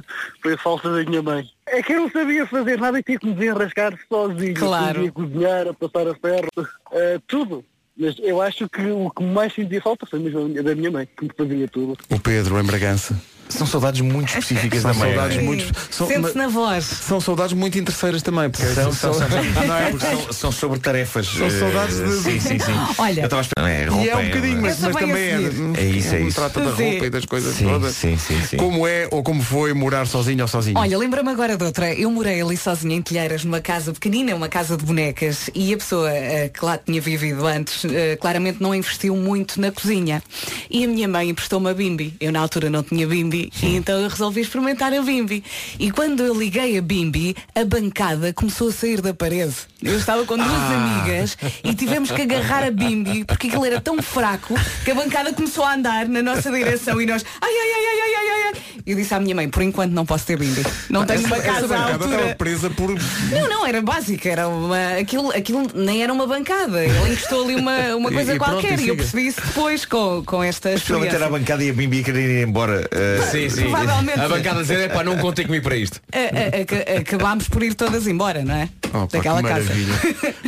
S16: foi a falta da minha mãe. É que eu não sabia fazer nada e tinha que me desenrascar sozinho.
S5: Claro.
S16: Eu Sabia cozinhar, a passar a ferro, eh, tudo. Mas eu acho que o que mais sentia falta foi mesmo a minha- da minha mãe, que me fazia tudo.
S3: O Pedro em Bragança. São saudades muito específicas
S10: da mãe,
S3: Saudades
S10: é?
S3: muito, são,
S5: É Sente-se na voz.
S3: são saudades muito interesseiras também. Porque
S10: São, são, são,
S3: não é?
S10: porque são- são sobre tarefas.
S3: São
S10: eh,
S3: saudades de-
S10: Sim, sim, sim.
S5: Olha.
S10: Eu estava a esperar. É, roupa,
S3: E é um bocadinho, mas, mas também é.
S10: É isso, é
S3: um
S10: isso.
S3: Trata da
S5: Sim.
S3: roupa e das coisas
S10: Sim,
S3: todas.
S10: sim, sim, sim.
S3: Como é ou como foi morar sozinho ou sozinho?
S5: Olha, lembra-me agora de outra. Eu morei ali sozinha em Telheiras, numa casa pequenina, uma casa de bonecas, e a pessoa eh, que lá tinha vivido antes eh, claramente não investiu muito na cozinha. E a minha mãe emprestou-me a bimbi. Eu na altura não tinha bimbi, e então eu resolvi experimentar a bimbi. E quando eu liguei a bimbi, a bancada começou a sair da parede. Eu estava com duas
S17: Ah.
S5: amigas e tivemos que agarrar a bimbi, porque aquilo era tão fraco que a bancada começou a andar na nossa direção e nós, ai, ai, ai, ai, ai, ai, ai, ai. Eu disse à minha mãe, por enquanto não posso ter bimbi. Não tenho uma casa à
S3: bancada estava
S5: altura.
S3: presa por.
S5: Não, não, era básica, era uma. Aquilo, aquilo nem era uma bancada. Ele encostou ali uma, uma
S10: E-
S5: coisa
S10: e pronto,
S5: qualquer
S10: e
S5: e eu
S10: siga.
S5: percebi isso depois com, com esta
S10: Principalmente era a
S5: experiência.
S10: bancada e a Bimbi a querer ir embora. eh,
S9: Sim, sim.
S5: Provavelmente.
S9: A bancada a dizer, é pá, não contem comigo para isto.
S5: A- a- aca- acabámos por ir todas embora, não é?
S3: Oh, pá, que maravilha.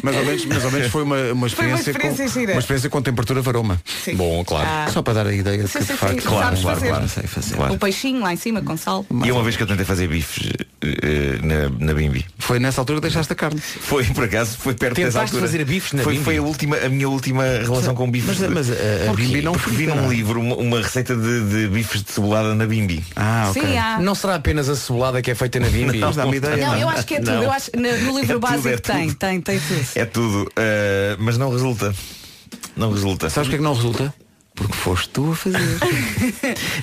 S3: Mas ao menos, mas ao menos foi uma, uma
S5: Foi uma
S3: experiência,
S5: experiência
S3: com,
S5: gira.
S3: uma experiência com temperatura varoma.
S9: Bom, claro.
S5: Ah.
S3: Só para dar a ideia de
S5: Sim,
S3: que
S5: sim,
S3: de facto.
S5: sim. Claro, Sabes claro, fazer. claro,
S3: sei fazer.
S5: O peixinho lá em cima com sal.
S10: E uma vez que eu tentei fazer bifes eh, na, na Bimbi.
S3: Foi nessa altura que deixaste a carne.
S10: Foi, por acaso, foi perto dessa
S3: Tentaste
S10: altura.
S3: fazer bifes na
S10: foi,
S3: Bimby?
S10: Foi a, última, a minha última relação com bifes.
S3: mas- mas a- a
S10: Porquê?
S3: Bimby não
S10: Porque vi
S3: frita,
S10: num
S3: não é?
S10: livro uma, uma receita de, de bifes de cebolada na Bimbi.
S3: Ah,
S5: ok. Sim, há.
S9: Não será apenas a cebolada que é feita na Bimbi?
S10: Não, dá-me ideia.
S5: Não, eu acho que é tudo.
S10: Não.
S5: Eu acho, no, no livro
S10: É tudo,
S5: básico
S10: é
S5: tem,
S10: tudo.
S5: tem, tem tudo.
S10: É tudo, eh, mas não resulta. Não resulta.
S3: Sabes o que é que não resulta? Porque foste tu a fazer.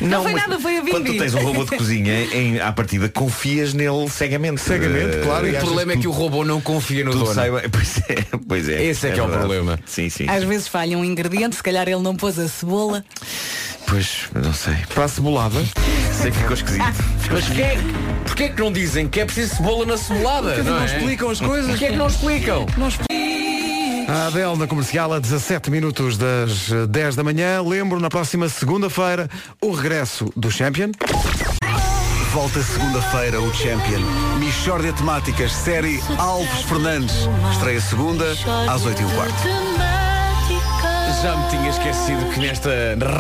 S5: Não, foi nada, foi a Bimbi.
S10: Quando tu tens um robô de cozinha, em, à partida confias nele cegamente.
S9: Cegamente,
S10: Eh,
S9: claro, e
S10: achas
S9: o problema é que o robô não confia no
S10: tudo
S9: dono.
S10: sai bem. Pois é, pois é.
S9: Esse é que é o
S10: verdade.
S9: problema.
S10: Sim, sim.
S5: Às vezes falha um ingrediente, se calhar ele não pôs a cebola.
S10: Pois, não sei.
S3: Para a cebolada.
S10: Sei que ficou esquisito.
S9: Mas porquê é, que- porquê é que não dizem que é preciso cebola na cebolada?
S3: Porque
S9: não,
S3: não
S9: é?
S3: explicam as coisas.
S9: Porquê é que não explicam?
S3: A Adele na comercial a 17 minutos das eh, 10 da manhã. Lembro, na próxima segunda-feira, o regresso do Champion.
S18: Volta segunda-feira o Champion. Michórdia de Temáticas, série Alves Fernandes. Estreia segunda, às 8 e um quarto.
S9: Já me tinha esquecido que nesta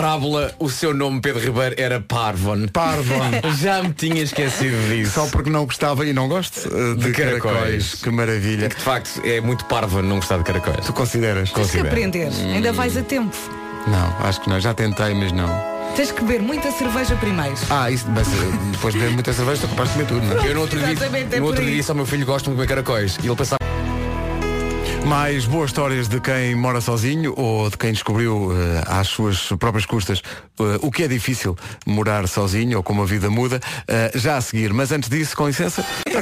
S9: rábula o seu nome, Pedro Ribeiro, era Parvon.
S3: Parvon.
S9: Já me tinha esquecido disso.
S3: Só porque não gostava e não gosto eh, de, caracóis. Que maravilha.
S9: Que de facto é muito parvo não gostar de caracóis.
S3: Tu consideras?
S5: Tens
S10: é.
S5: que aprender. Ainda vais a tempo.
S3: Não, acho que não. Já tentei, mas não.
S5: Tens que beber muita cerveja primeiro.
S3: Ah, isso, mas eh, depois de beber muita cerveja, estou capaz de comer tudo, não é?
S9: Eu no outro
S5: Exatamente,
S9: dia,
S5: é
S9: no
S5: por
S9: outro
S5: aí.
S9: dia disse ao meu filho gosto de comer caracóis. E ele pensava.
S3: Mais boas histórias de quem mora sozinho ou de quem descobriu eh, às suas próprias custas eh, o que é difícil morar sozinho ou como a vida muda, eh, já a seguir. Mas antes disso, com licença.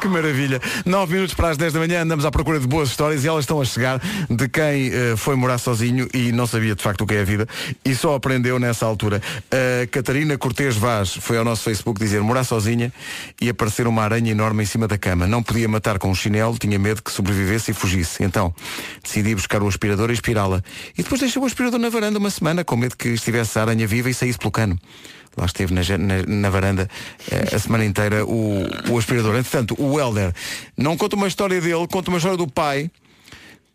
S3: que maravilha. 9 minutos para as 10 da manhã, andamos à procura de boas histórias e elas estão a chegar de quem eh, foi morar sozinho e não sabia de facto o que é a vida e só aprendeu nessa altura. A Catarina Cortês Vaz foi ao nosso Facebook dizer morar sozinha e aparecer uma aranha enorme em cima da cama. Não podia matar com um chinelo, tinha medo que sobrevivesse e fugisse. Então decidi buscar o aspirador e aspirá-la. E depois deixei o aspirador na varanda uma semana com medo que estivesse a aranha viva e saísse pelo cano. Lá esteve na, ja- na- na varanda eh, a semana inteira o, o aspirador. Entretanto, o Helder não conta uma história dele, conta uma história do pai.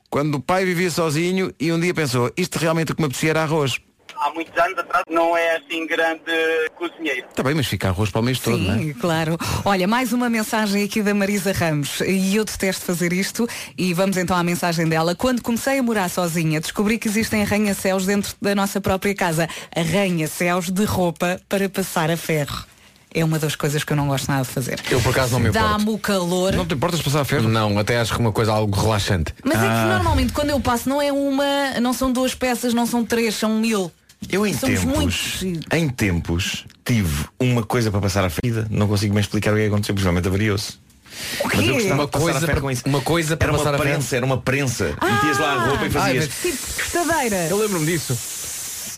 S3: Quando o pai vivia sozinho e um dia pensou, isto realmente o que me apetecia era arroz.
S17: Há muitos anos atrás não é assim grande cozinheiro.
S3: Está "Tá bem, mas fica arroz para o mês todo, não é?
S5: Sim, claro. Olha, mais uma mensagem aqui da Marisa Ramos. E eu detesto fazer isto. E vamos então à mensagem dela. Quando comecei a morar sozinha, descobri que existem arranha-céus dentro da nossa própria casa. Arranha-céus de roupa para passar a ferro. É uma das coisas que eu não gosto nada de fazer.
S9: Eu, por acaso, não me importo.
S5: Dá-me o calor.
S3: Não te importas passar a ferro?
S9: Não, até acho que uma coisa algo relaxante.
S5: Mas é
S9: Ah.
S5: que normalmente quando eu passo não é uma, não são duas peças, não são três, são mil.
S10: Eu em
S5: Somos
S10: tempos,
S5: muitos. Tipo, e-
S10: em tempos, tive uma coisa para passar à ferida. Não consigo bem explicar o que é que aconteceu, provavelmente avariou-se. Mas eu gostava
S9: Uma
S10: de passar
S9: coisa
S10: a ferro
S9: para-
S10: com isso.
S9: uma coisa para
S10: era
S9: passar a
S10: uma
S9: ferro.
S10: prensa, era uma prensa.
S3: Ah!
S10: Metias lá a roupa e fazias.
S5: Tipo cortadeira.
S9: Eu lembro-me disso.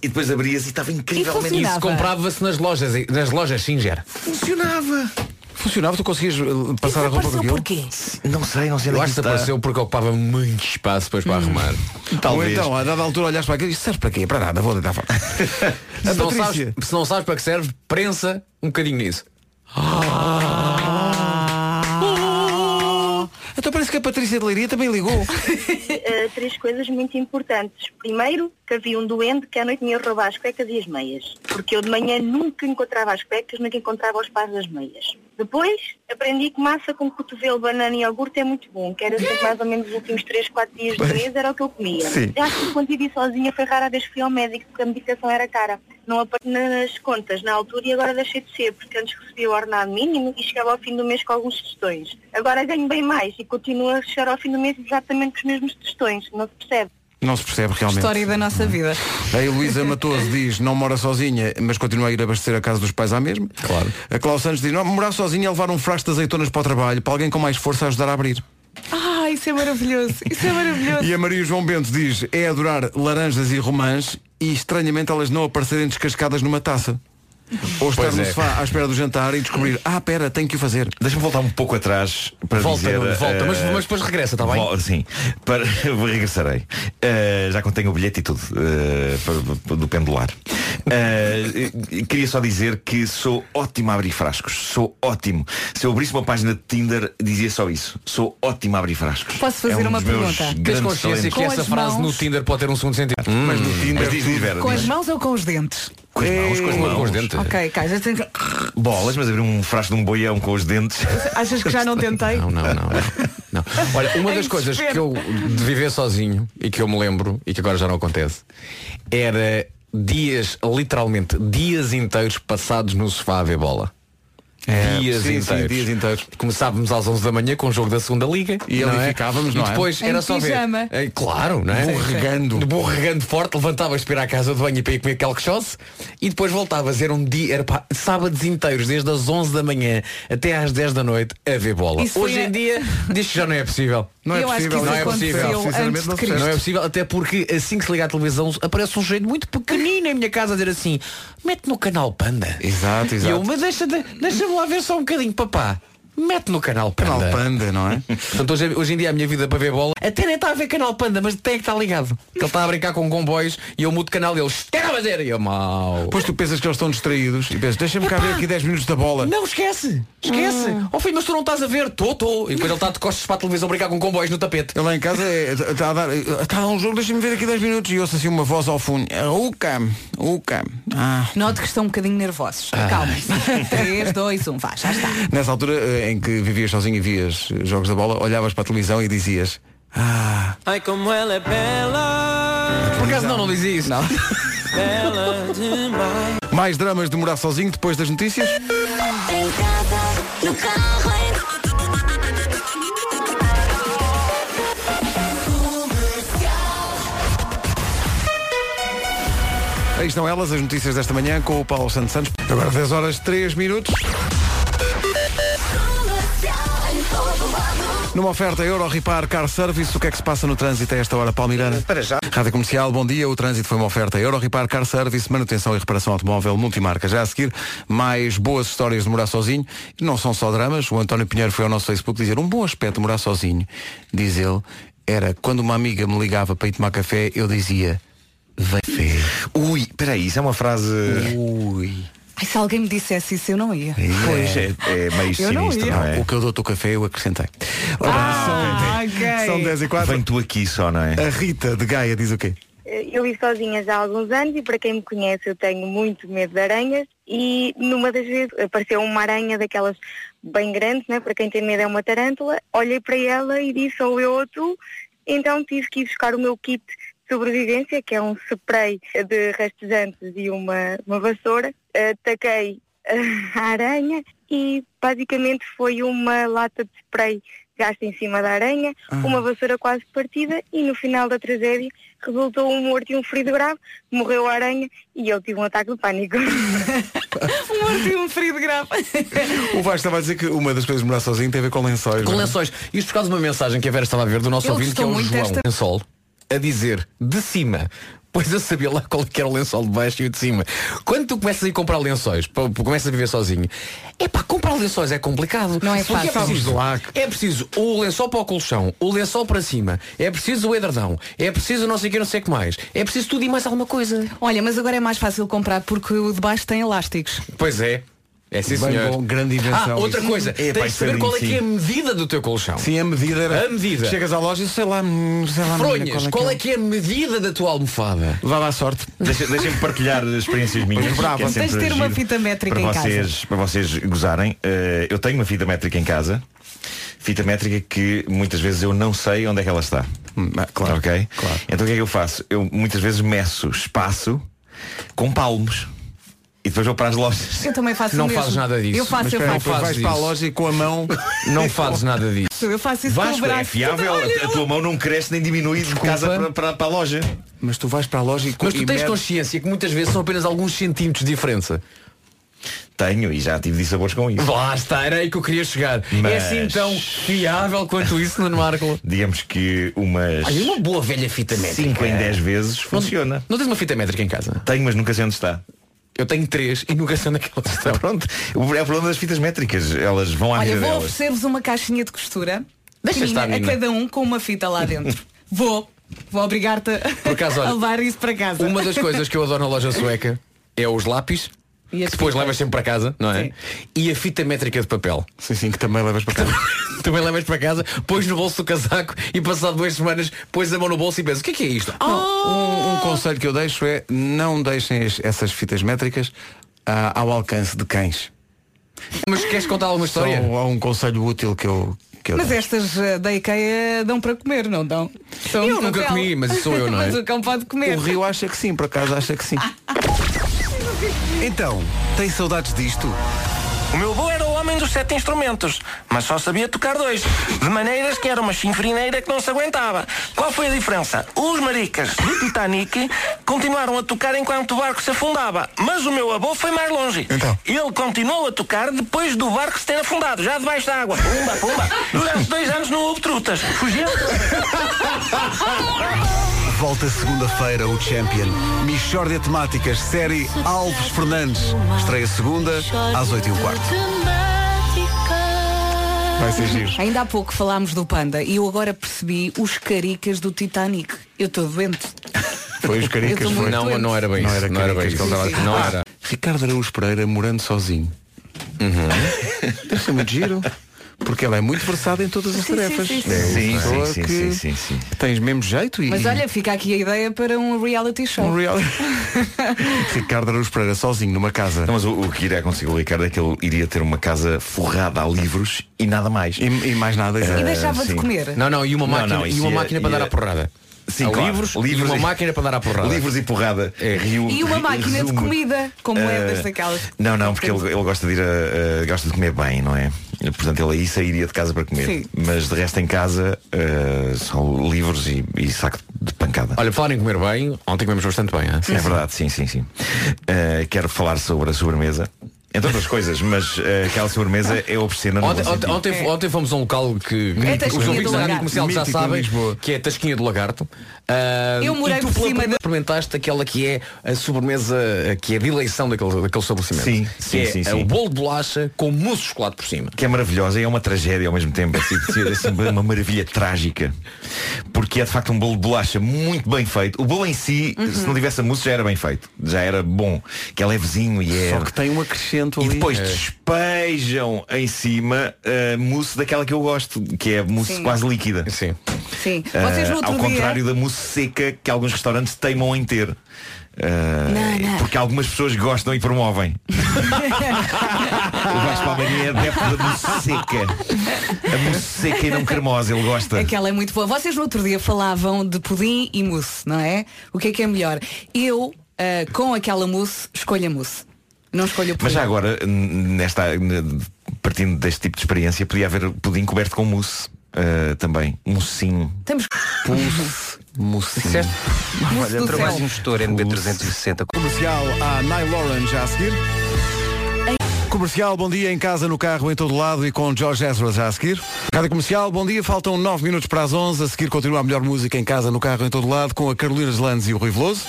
S10: E depois abrias e estava incrivelmente.
S9: Isso comprava-se nas lojas, nas lojas Singer.
S10: Funcionava.
S3: Funcionava, tu conseguias eh, passar a roupa com aquilo? porquê?
S10: Não sei, não sei
S9: Eu acho
S10: onde é
S9: que
S10: que está.
S9: apareceu porque ocupava muito espaço depois para arrumar.
S3: Ou então, a dada altura olhas para aquilo e dizes, serve para quê? Para nada, vou deitar fora.
S9: se,
S3: A
S9: não
S3: Patrícia.
S9: sabes, se não sabes para que serve, prensa um bocadinho nisso.
S3: Então parece que a Patrícia de Leiria também ligou.
S19: Eh, três coisas muito importantes. Primeiro, que havia um doente que à noite me ia roubar as cuecas e as meias. Porque eu de manhã nunca encontrava as cuecas, nunca encontrava os pares das meias. Depois, aprendi que massa com cotovelo, banana e iogurte é muito bom. Que era sempre mais ou menos os últimos 3, 4 dias de mês, era o que eu comia.
S20: Sim.
S19: Eu Acho que quando vivi sozinha foi rara a vez que fui ao médico, porque a medicação era cara. Não apareceu nas contas na altura e agora deixei de ser, porque antes recebia o ordenado mínimo e chegava ao fim do mês com alguns testões. Agora ganho bem mais e continuo a chegar ao fim do mês exatamente com os mesmos testões. Não se percebe.
S3: Não se percebe realmente.
S5: História da nossa vida.
S3: A Heloísa Matoso diz não mora sozinha, mas continua a ir abastecer a casa dos pais à mesma. Claro. A Cláudia Santos diz, não, morar sozinha é levar um frasco de azeitonas para o trabalho, para alguém com mais força ajudar a abrir.
S5: Ah, isso é maravilhoso. Isso é maravilhoso.
S3: E a Maria João Bento diz, é adorar laranjas e romãs e estranhamente elas não aparecerem descascadas numa taça. Ou estar
S10: Pois
S3: no
S10: é.
S3: sofá à espera do jantar e descobrir, ah, pera, tenho que o fazer.
S10: Deixa-me voltar um pouco atrás para
S3: Volta,
S10: dizer.
S3: Nuno, volta, mas-
S10: eh,
S3: mas depois regressa,
S9: tá
S3: está bem?
S10: vol- Sim, para, regressarei. Eh, já contei o bilhete e tudo eh, para- para- do pendular. Eh, eh, queria só dizer que sou ótimo a abrir frascos. Sou ótimo. Se eu abrisse uma página de Tinder, dizia só isso. Sou ótimo a abrir frascos.
S5: Posso fazer
S10: É um
S5: uma
S10: dos meus
S5: pergunta?
S9: Tens
S10: grandes
S9: consciência
S10: talentos.
S9: que essa frase no Tinder pode ter um segundo sentido.
S10: Mas no Tinder Hum, Mas diz, diz, Vera,
S5: Com as mãos ou com os dentes? É.
S10: Com as mãos, com as mãos.
S5: Ok, cá, já tenho...
S10: Bolas, mas abrir um frasco de um boião com os dentes.
S5: Achas que já não tentei?
S9: Não, não, não. não. Olha, uma das coisas que eu de viver sozinho e que eu me lembro e que agora já não acontece era dias, literalmente, dias inteiros passados no sofá a ver bola.
S3: É,
S9: dias,
S3: sim, sim,
S9: inteiros.
S3: dias
S9: Começávamos às 11 da manhã com o jogo da segunda liga
S3: E ali
S9: não é?
S3: ficávamos, não
S9: E
S3: é?
S9: depois
S3: Em
S9: era só
S3: pijama.
S9: ver. É, claro, não é?
S3: Borregando.
S9: Borregando forte, levantavas para ir à casa de banho e para ir comer quelque chose e depois voltavas. Era um dia, era pá, sábados inteiros, desde as 11 da manhã até às 10 da noite, a ver bola.
S5: Isso
S9: Hoje
S5: foi a-
S9: em dia, diz que já não é possível.
S5: Não é Eu acho possível, que isso
S9: não é
S5: aconteceu
S9: possível.
S5: antes Sinceramente, de não se Cristo.
S9: Não é possível, até porque assim que se liga a televisão aparece um jeito muito pequenino em minha casa a dizer assim, mete no canal Panda.
S3: Exato,
S9: E eu, mas deixa- deixa-me lá ver só um bocadinho, papá. Mete no canal Panda.
S3: Canal Panda, não é?
S9: Portanto, Então, hoje, hoje em dia a minha vida para ver bola até nem está a ver canal Panda, mas tem é que estar ligado. Que Ele está a brincar com comboios e eu mudo de canal e eles é terra fazer e eu mau.
S3: Depois tu pensas que eles estão distraídos e pensas, deixa-me cá
S9: Epá!
S3: ver aqui 10 minutos da bola.
S9: Não esquece, esquece. Oh filho, mas tu não estás a ver, tô, tô. E depois ele está de costas para a televisão a brincar com comboios no tapete.
S3: Ele lá em casa é, está a dar. Está a dar um jogo, deixa-me ver aqui 10 minutos e ouço assim uma voz ao fundo. O cam, o cam. Ah.
S5: Noto que estão um bocadinho nervosos.
S3: Ah.
S5: Calma-se. 3, 2, 1, vá, já está.
S3: Nessa altura eh, em que vivias sozinho e vias eh, jogos da bola, olhavas para a televisão e dizias. Ah,
S12: Ai, como ela é bela.
S9: Por acaso não, não dizia isso. Não.
S12: Bela demais.
S3: mais dramas de morar sozinho depois das notícias? Aí estão elas, as notícias desta manhã com o Paulo Santos Santos. Agora 10 horas 3 minutos. Numa oferta Euro Repar Car Service, o que é que se passa no trânsito a esta hora, Palmeirana?
S4: Para já.
S3: Rádio Comercial, bom dia. O trânsito foi uma oferta Euro Repar Car Service, manutenção e reparação automóvel multimarca. Já a seguir, mais boas histórias de morar sozinho. E não são só dramas. O António Pinheiro foi ao nosso Facebook dizer um bom aspecto de morar sozinho, diz ele, era quando uma amiga me ligava para ir tomar café, eu dizia, vem fé.
S10: Ui, peraí, isso é uma frase.
S3: Ui.
S5: Ai, se alguém me dissesse isso, eu não ia.
S10: Pois é, é meio
S5: Eu não
S10: sinistro,
S5: ia.
S10: não é?
S3: O que eu dou o café eu acrescentei. Ora,
S5: Ah, ok.
S3: são 10 e 4.
S10: Vem tu aqui só, não é?
S3: A Rita de Gaia diz o quê?
S20: Eh, Eu vivo sozinha já há alguns anos e para quem me conhece eu tenho muito medo de aranhas e numa das vezes apareceu uma aranha daquelas bem grandes, né? para quem tem medo é uma tarântula, olhei para ela e disse ou eu ou tu, então tive que ir buscar o meu kit de sobrevivência, que é um spray de rastejantes e uma, uma vassoura, ataquei a aranha e basicamente foi uma lata de spray gasta em cima da aranha, uma vassoura quase partida e no final da tragédia resultou um morto e um ferido grave, morreu a aranha e eu tive um ataque de pânico.
S5: Morto e um ferido grave.
S3: O Vasco estava a dizer que uma das coisas de morar sozinho tem a ver com lençóis.
S9: Com
S3: não é?
S9: lençóis. Isto por causa de uma mensagem que a Vera estava a ver do nosso
S5: Eu
S9: ouvinte, que é o
S5: gostou muito
S9: João
S5: desta-
S9: Lençol, a dizer de cima. Pois eu sabia lá qual é que era o lençol de baixo e o de cima. Quando tu começas a ir comprar lençóis, pô, pô, começas a viver sozinho, é pá, comprar lençóis é complicado.
S5: Não é
S9: Porque
S5: fácil.
S9: É preciso, é preciso o lençol para o colchão, o lençol para cima, é preciso o edredão, é preciso não sei o que, não sei o que mais. É preciso tudo e mais alguma coisa.
S5: Olha, mas agora é mais fácil comprar porque o de baixo tem elásticos.
S9: Pois é. É sim,
S3: Bem
S9: senhor.
S3: bom, grande invenção
S9: Ah, outra
S3: isso.
S9: coisa.
S3: É,
S9: Tens
S3: pá,
S9: de
S3: isso é
S9: saber qual é
S3: lindo,
S9: que é a
S3: sim.
S9: medida do teu colchão.
S3: Sim, a medida era.
S9: A medida.
S3: Chegas à loja e sei lá, hum, sei lá.
S9: Fronhas,
S3: menina,
S9: qual é que é a medida da tua almofada?
S3: Vá lá à sorte.
S10: Deixa- Deixem-me partilhar experiências minhas.
S3: Pois brava.
S10: que é sempre
S5: Tens de ter uma
S10: giro
S5: fita métrica
S10: para
S5: em casa.
S10: vocês, Para vocês gozarem, eh, eu tenho uma fita métrica em casa. Fita métrica que muitas vezes eu não sei onde é que ela está.
S3: Ah, claro,
S10: ok? Então o que é que eu faço? Eu muitas vezes meço espaço com palmos. E depois vou para as lojas.
S5: Eu também faço o mesmo. Eu faço, eu
S3: espera,
S5: faço.
S3: depois vais para a loja e com a mão.
S9: Não fazes nada disso.
S5: Eu faço isso com o
S10: Vasco,
S5: braço.
S10: é fiável,
S5: Então, Olha,
S10: a, a tua mão não cresce nem diminui de casa para, para, para a loja.
S3: Mas tu vais para a loja e
S9: Mas tu
S10: e
S9: tens
S10: medes-
S9: consciência que muitas vezes são apenas alguns centímetros de diferença.
S10: Tenho e já tive dissabores com isso.
S9: Lá está, era aí que eu queria chegar.
S10: Mas-
S9: É assim tão fiável quanto isso, Nuno Marco.
S10: Digamos que umas
S9: Olha, uma boa velha fita métrica. é.
S10: 5 em 10 vezes funciona.
S9: Não tens uma fita métrica em casa?
S10: Tenho, mas nunca sei onde está.
S9: Eu tenho três e nunca sei onde é que elas estão.
S10: Pronto, o é o problema das fitas métricas. Elas vão à
S5: Olha,
S10: vida
S5: vou
S10: delas.
S5: oferecer-vos uma caixinha de costura.
S10: Deixa
S5: pequenina,
S10: estar,
S5: a
S10: menina.
S5: cada um com uma fita lá dentro. vou. Vou obrigar-te a-
S9: acaso, olha,
S5: a levar isso para casa.
S9: Uma das coisas que eu adoro na loja sueca é os lápis.
S5: E
S9: Que
S5: as
S9: depois
S5: fitas.
S9: levas sempre para casa, não é? E a fita métrica de papel.
S3: Sim, sim, que também levas para casa.
S9: também levas para casa, pões no bolso do casaco e passado duas semanas pões a mão no bolso e pensas, o que é que é isto?
S3: Um, um conselho que eu deixo é não deixem as- essas fitas métricas ah, ao alcance de cães.
S9: Mas queres contar alguma história?
S3: Só há um conselho útil que eu, que eu
S5: Mas
S3: dou.
S5: estas eh, da IKEA dão para comer, não dão? São
S9: Eu
S5: de
S9: nunca
S5: papel.
S9: comi, mas sou eu, não é?
S5: mas o cão pode comer.
S3: O Rio acha que sim, por acaso acha que sim.
S18: Então, tem saudades disto?
S12: O meu avô era o homem dos sete instrumentos, mas só sabia tocar dois. De maneiras que era uma chinfrineira que não se aguentava. Qual foi a diferença? Os maricas do Titanic continuaram a tocar enquanto o barco se afundava, mas o meu avô foi mais longe. Ele continuou a tocar depois do barco se ter afundado, já debaixo da água. Pumba, pumba. Durante dois anos não houve trutas. Fugiu?
S18: Volta segunda-feira o Champion. Michórdia Temáticas, série Alves Fernandes. Estreia segunda, às 8 e um quarto.
S3: Vai ser giro.
S5: Ainda há pouco falámos do panda e eu agora percebi os caricas do Titanic. Eu estou doente.
S3: Foi os
S5: Eu
S3: caricas,
S5: tô
S3: foi.
S5: muito Não, doente. não
S9: era bem isso, não era
S3: caricas
S9: bem
S3: que ele
S9: isso.
S3: estava a-
S9: Não
S3: Ah,
S9: era.
S3: Ricardo Araújo Pereira morando sozinho. Deve ser muito giro. Porque ela é muito versada em todas as
S5: Sim, sim,
S3: tarefas.
S5: sim, sim.
S3: É uma
S10: Sim,
S3: pessoa
S10: sim, sim,
S3: que
S10: sim, sim, sim.
S3: Tens mesmo jeito e.
S5: Mas
S9: Uhum.
S5: olha, fica aqui a ideia para um reality show.
S3: Um reality. Ricardo Araújo Pereira sozinho numa casa.
S10: Não, mas o, o que iria acontecer com o Ricardo é que ele iria ter uma casa forrada a livros e nada mais.
S3: E, mais nada,
S5: E deixava de comer.
S9: Eh, Não, não, e uma máquina, e
S10: isso
S9: uma
S10: ia-
S9: máquina para
S10: ia-
S9: dar à porrada.
S10: Sim,
S9: Há
S10: claro.
S9: livros, e uma
S10: e-
S9: máquina É. para dar à porrada.
S10: Livros e porrada. Rio-
S5: E
S9: um
S5: uma
S10: ri-
S5: máquina de
S10: resume.
S5: comida, com moedas
S10: Eh,
S5: daquelas.
S10: Não, não, porque ele, ele gosta de ir a, a- gosta de comer bem, não é? Portanto, ele aí sairia de casa para comer.
S5: Sim.
S10: Mas de resto em casa eh, são livros e, e saco de pancada.
S9: Olha, falar em comer bem, ontem comemos bastante bem, hein?
S10: é verdade, sim, sim, sim. Eh, quero falar sobre a sobremesa. Eh, Entre outras coisas, mas eh, aquela sobremesa é obscena. no
S9: Ontem,
S10: bom
S9: ontem,
S10: sentido.
S9: ontem, ontem fomos a um local que
S10: É
S9: que os
S10: Tasquinha
S9: ouvintes
S10: do
S9: da rádio
S10: Lagarto.
S9: comercial já
S10: Mítico em
S9: sabem, que é a Tasquinha do Lagarto. Ah,
S5: Eu morei
S9: e tu
S5: por
S9: pela
S5: cima
S9: primeira experimentaste aquela que é a sobremesa, ah, que é de eleição daquele, daquele estabelecimento.
S10: Sim,
S9: Que
S10: sim,
S9: é
S10: sim,
S9: ah,
S10: sim.
S9: O bolo de bolacha com mousse de chocolate por cima.
S10: Que é maravilhosa e é uma tragédia ao mesmo tempo. É tipo, é sempre uma maravilha trágica. Porque é de facto um bolo de bolacha muito bem feito. O bolo em si, se não tivesse a mousse, já era bem feito. Já era bom. Que é levezinho e é.
S21: Só que tem um acrescento
S10: E
S21: ali.
S10: depois
S21: É.
S10: despejam em cima a mousse daquela que eu gosto, que é a mousse
S5: Sim.
S10: quase líquida.
S9: Sim.
S5: Sim.
S9: eh,
S10: Ah,
S5: Vocês no outro
S10: ao
S5: dia.
S10: contrário da mousse seca que alguns restaurantes teimam em ter. Ah,
S5: Não, não.
S10: Porque algumas pessoas gostam e promovem.
S3: Ah!
S10: O Vasco Palmeirinho é adepto da mousse seca. A mousse seca e não cremosa, ele gosta.
S5: Aquela é muito boa. Vocês no outro dia falavam de pudim e mousse, não é? O que é que é melhor? Eu, ah, com aquela mousse, escolho a mousse. Não escolho o pudim.
S10: Mas já agora, n- nesta, n- partindo deste tipo de experiência, podia haver pudim coberto com mousse ah, também. Mocinho.
S5: Temos...
S10: Pulse. Mocinho.
S22: Olha, entrou mais um gestor NB360.
S3: Comercial a Nyloran já a seguir. Comercial, bom dia em casa, no carro, em todo lado e com George Ezra já a seguir. Rádio Comercial, bom dia, faltam 9 minutos para as 11, a seguir continua a melhor música em casa, no carro, em todo lado, com a Carolina Landes e o Rui Veloso.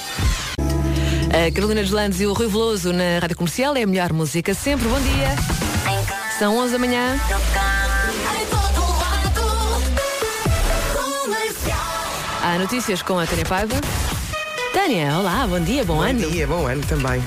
S12: A Carolina dos Landes e o Rui Veloso na Rádio Comercial é a melhor música sempre. Bom dia. São 11 da manhã. Há notícias com a Tânia Paiva. Tânia, olá, bom dia, bom, ano.
S23: Bom dia, bom ano também.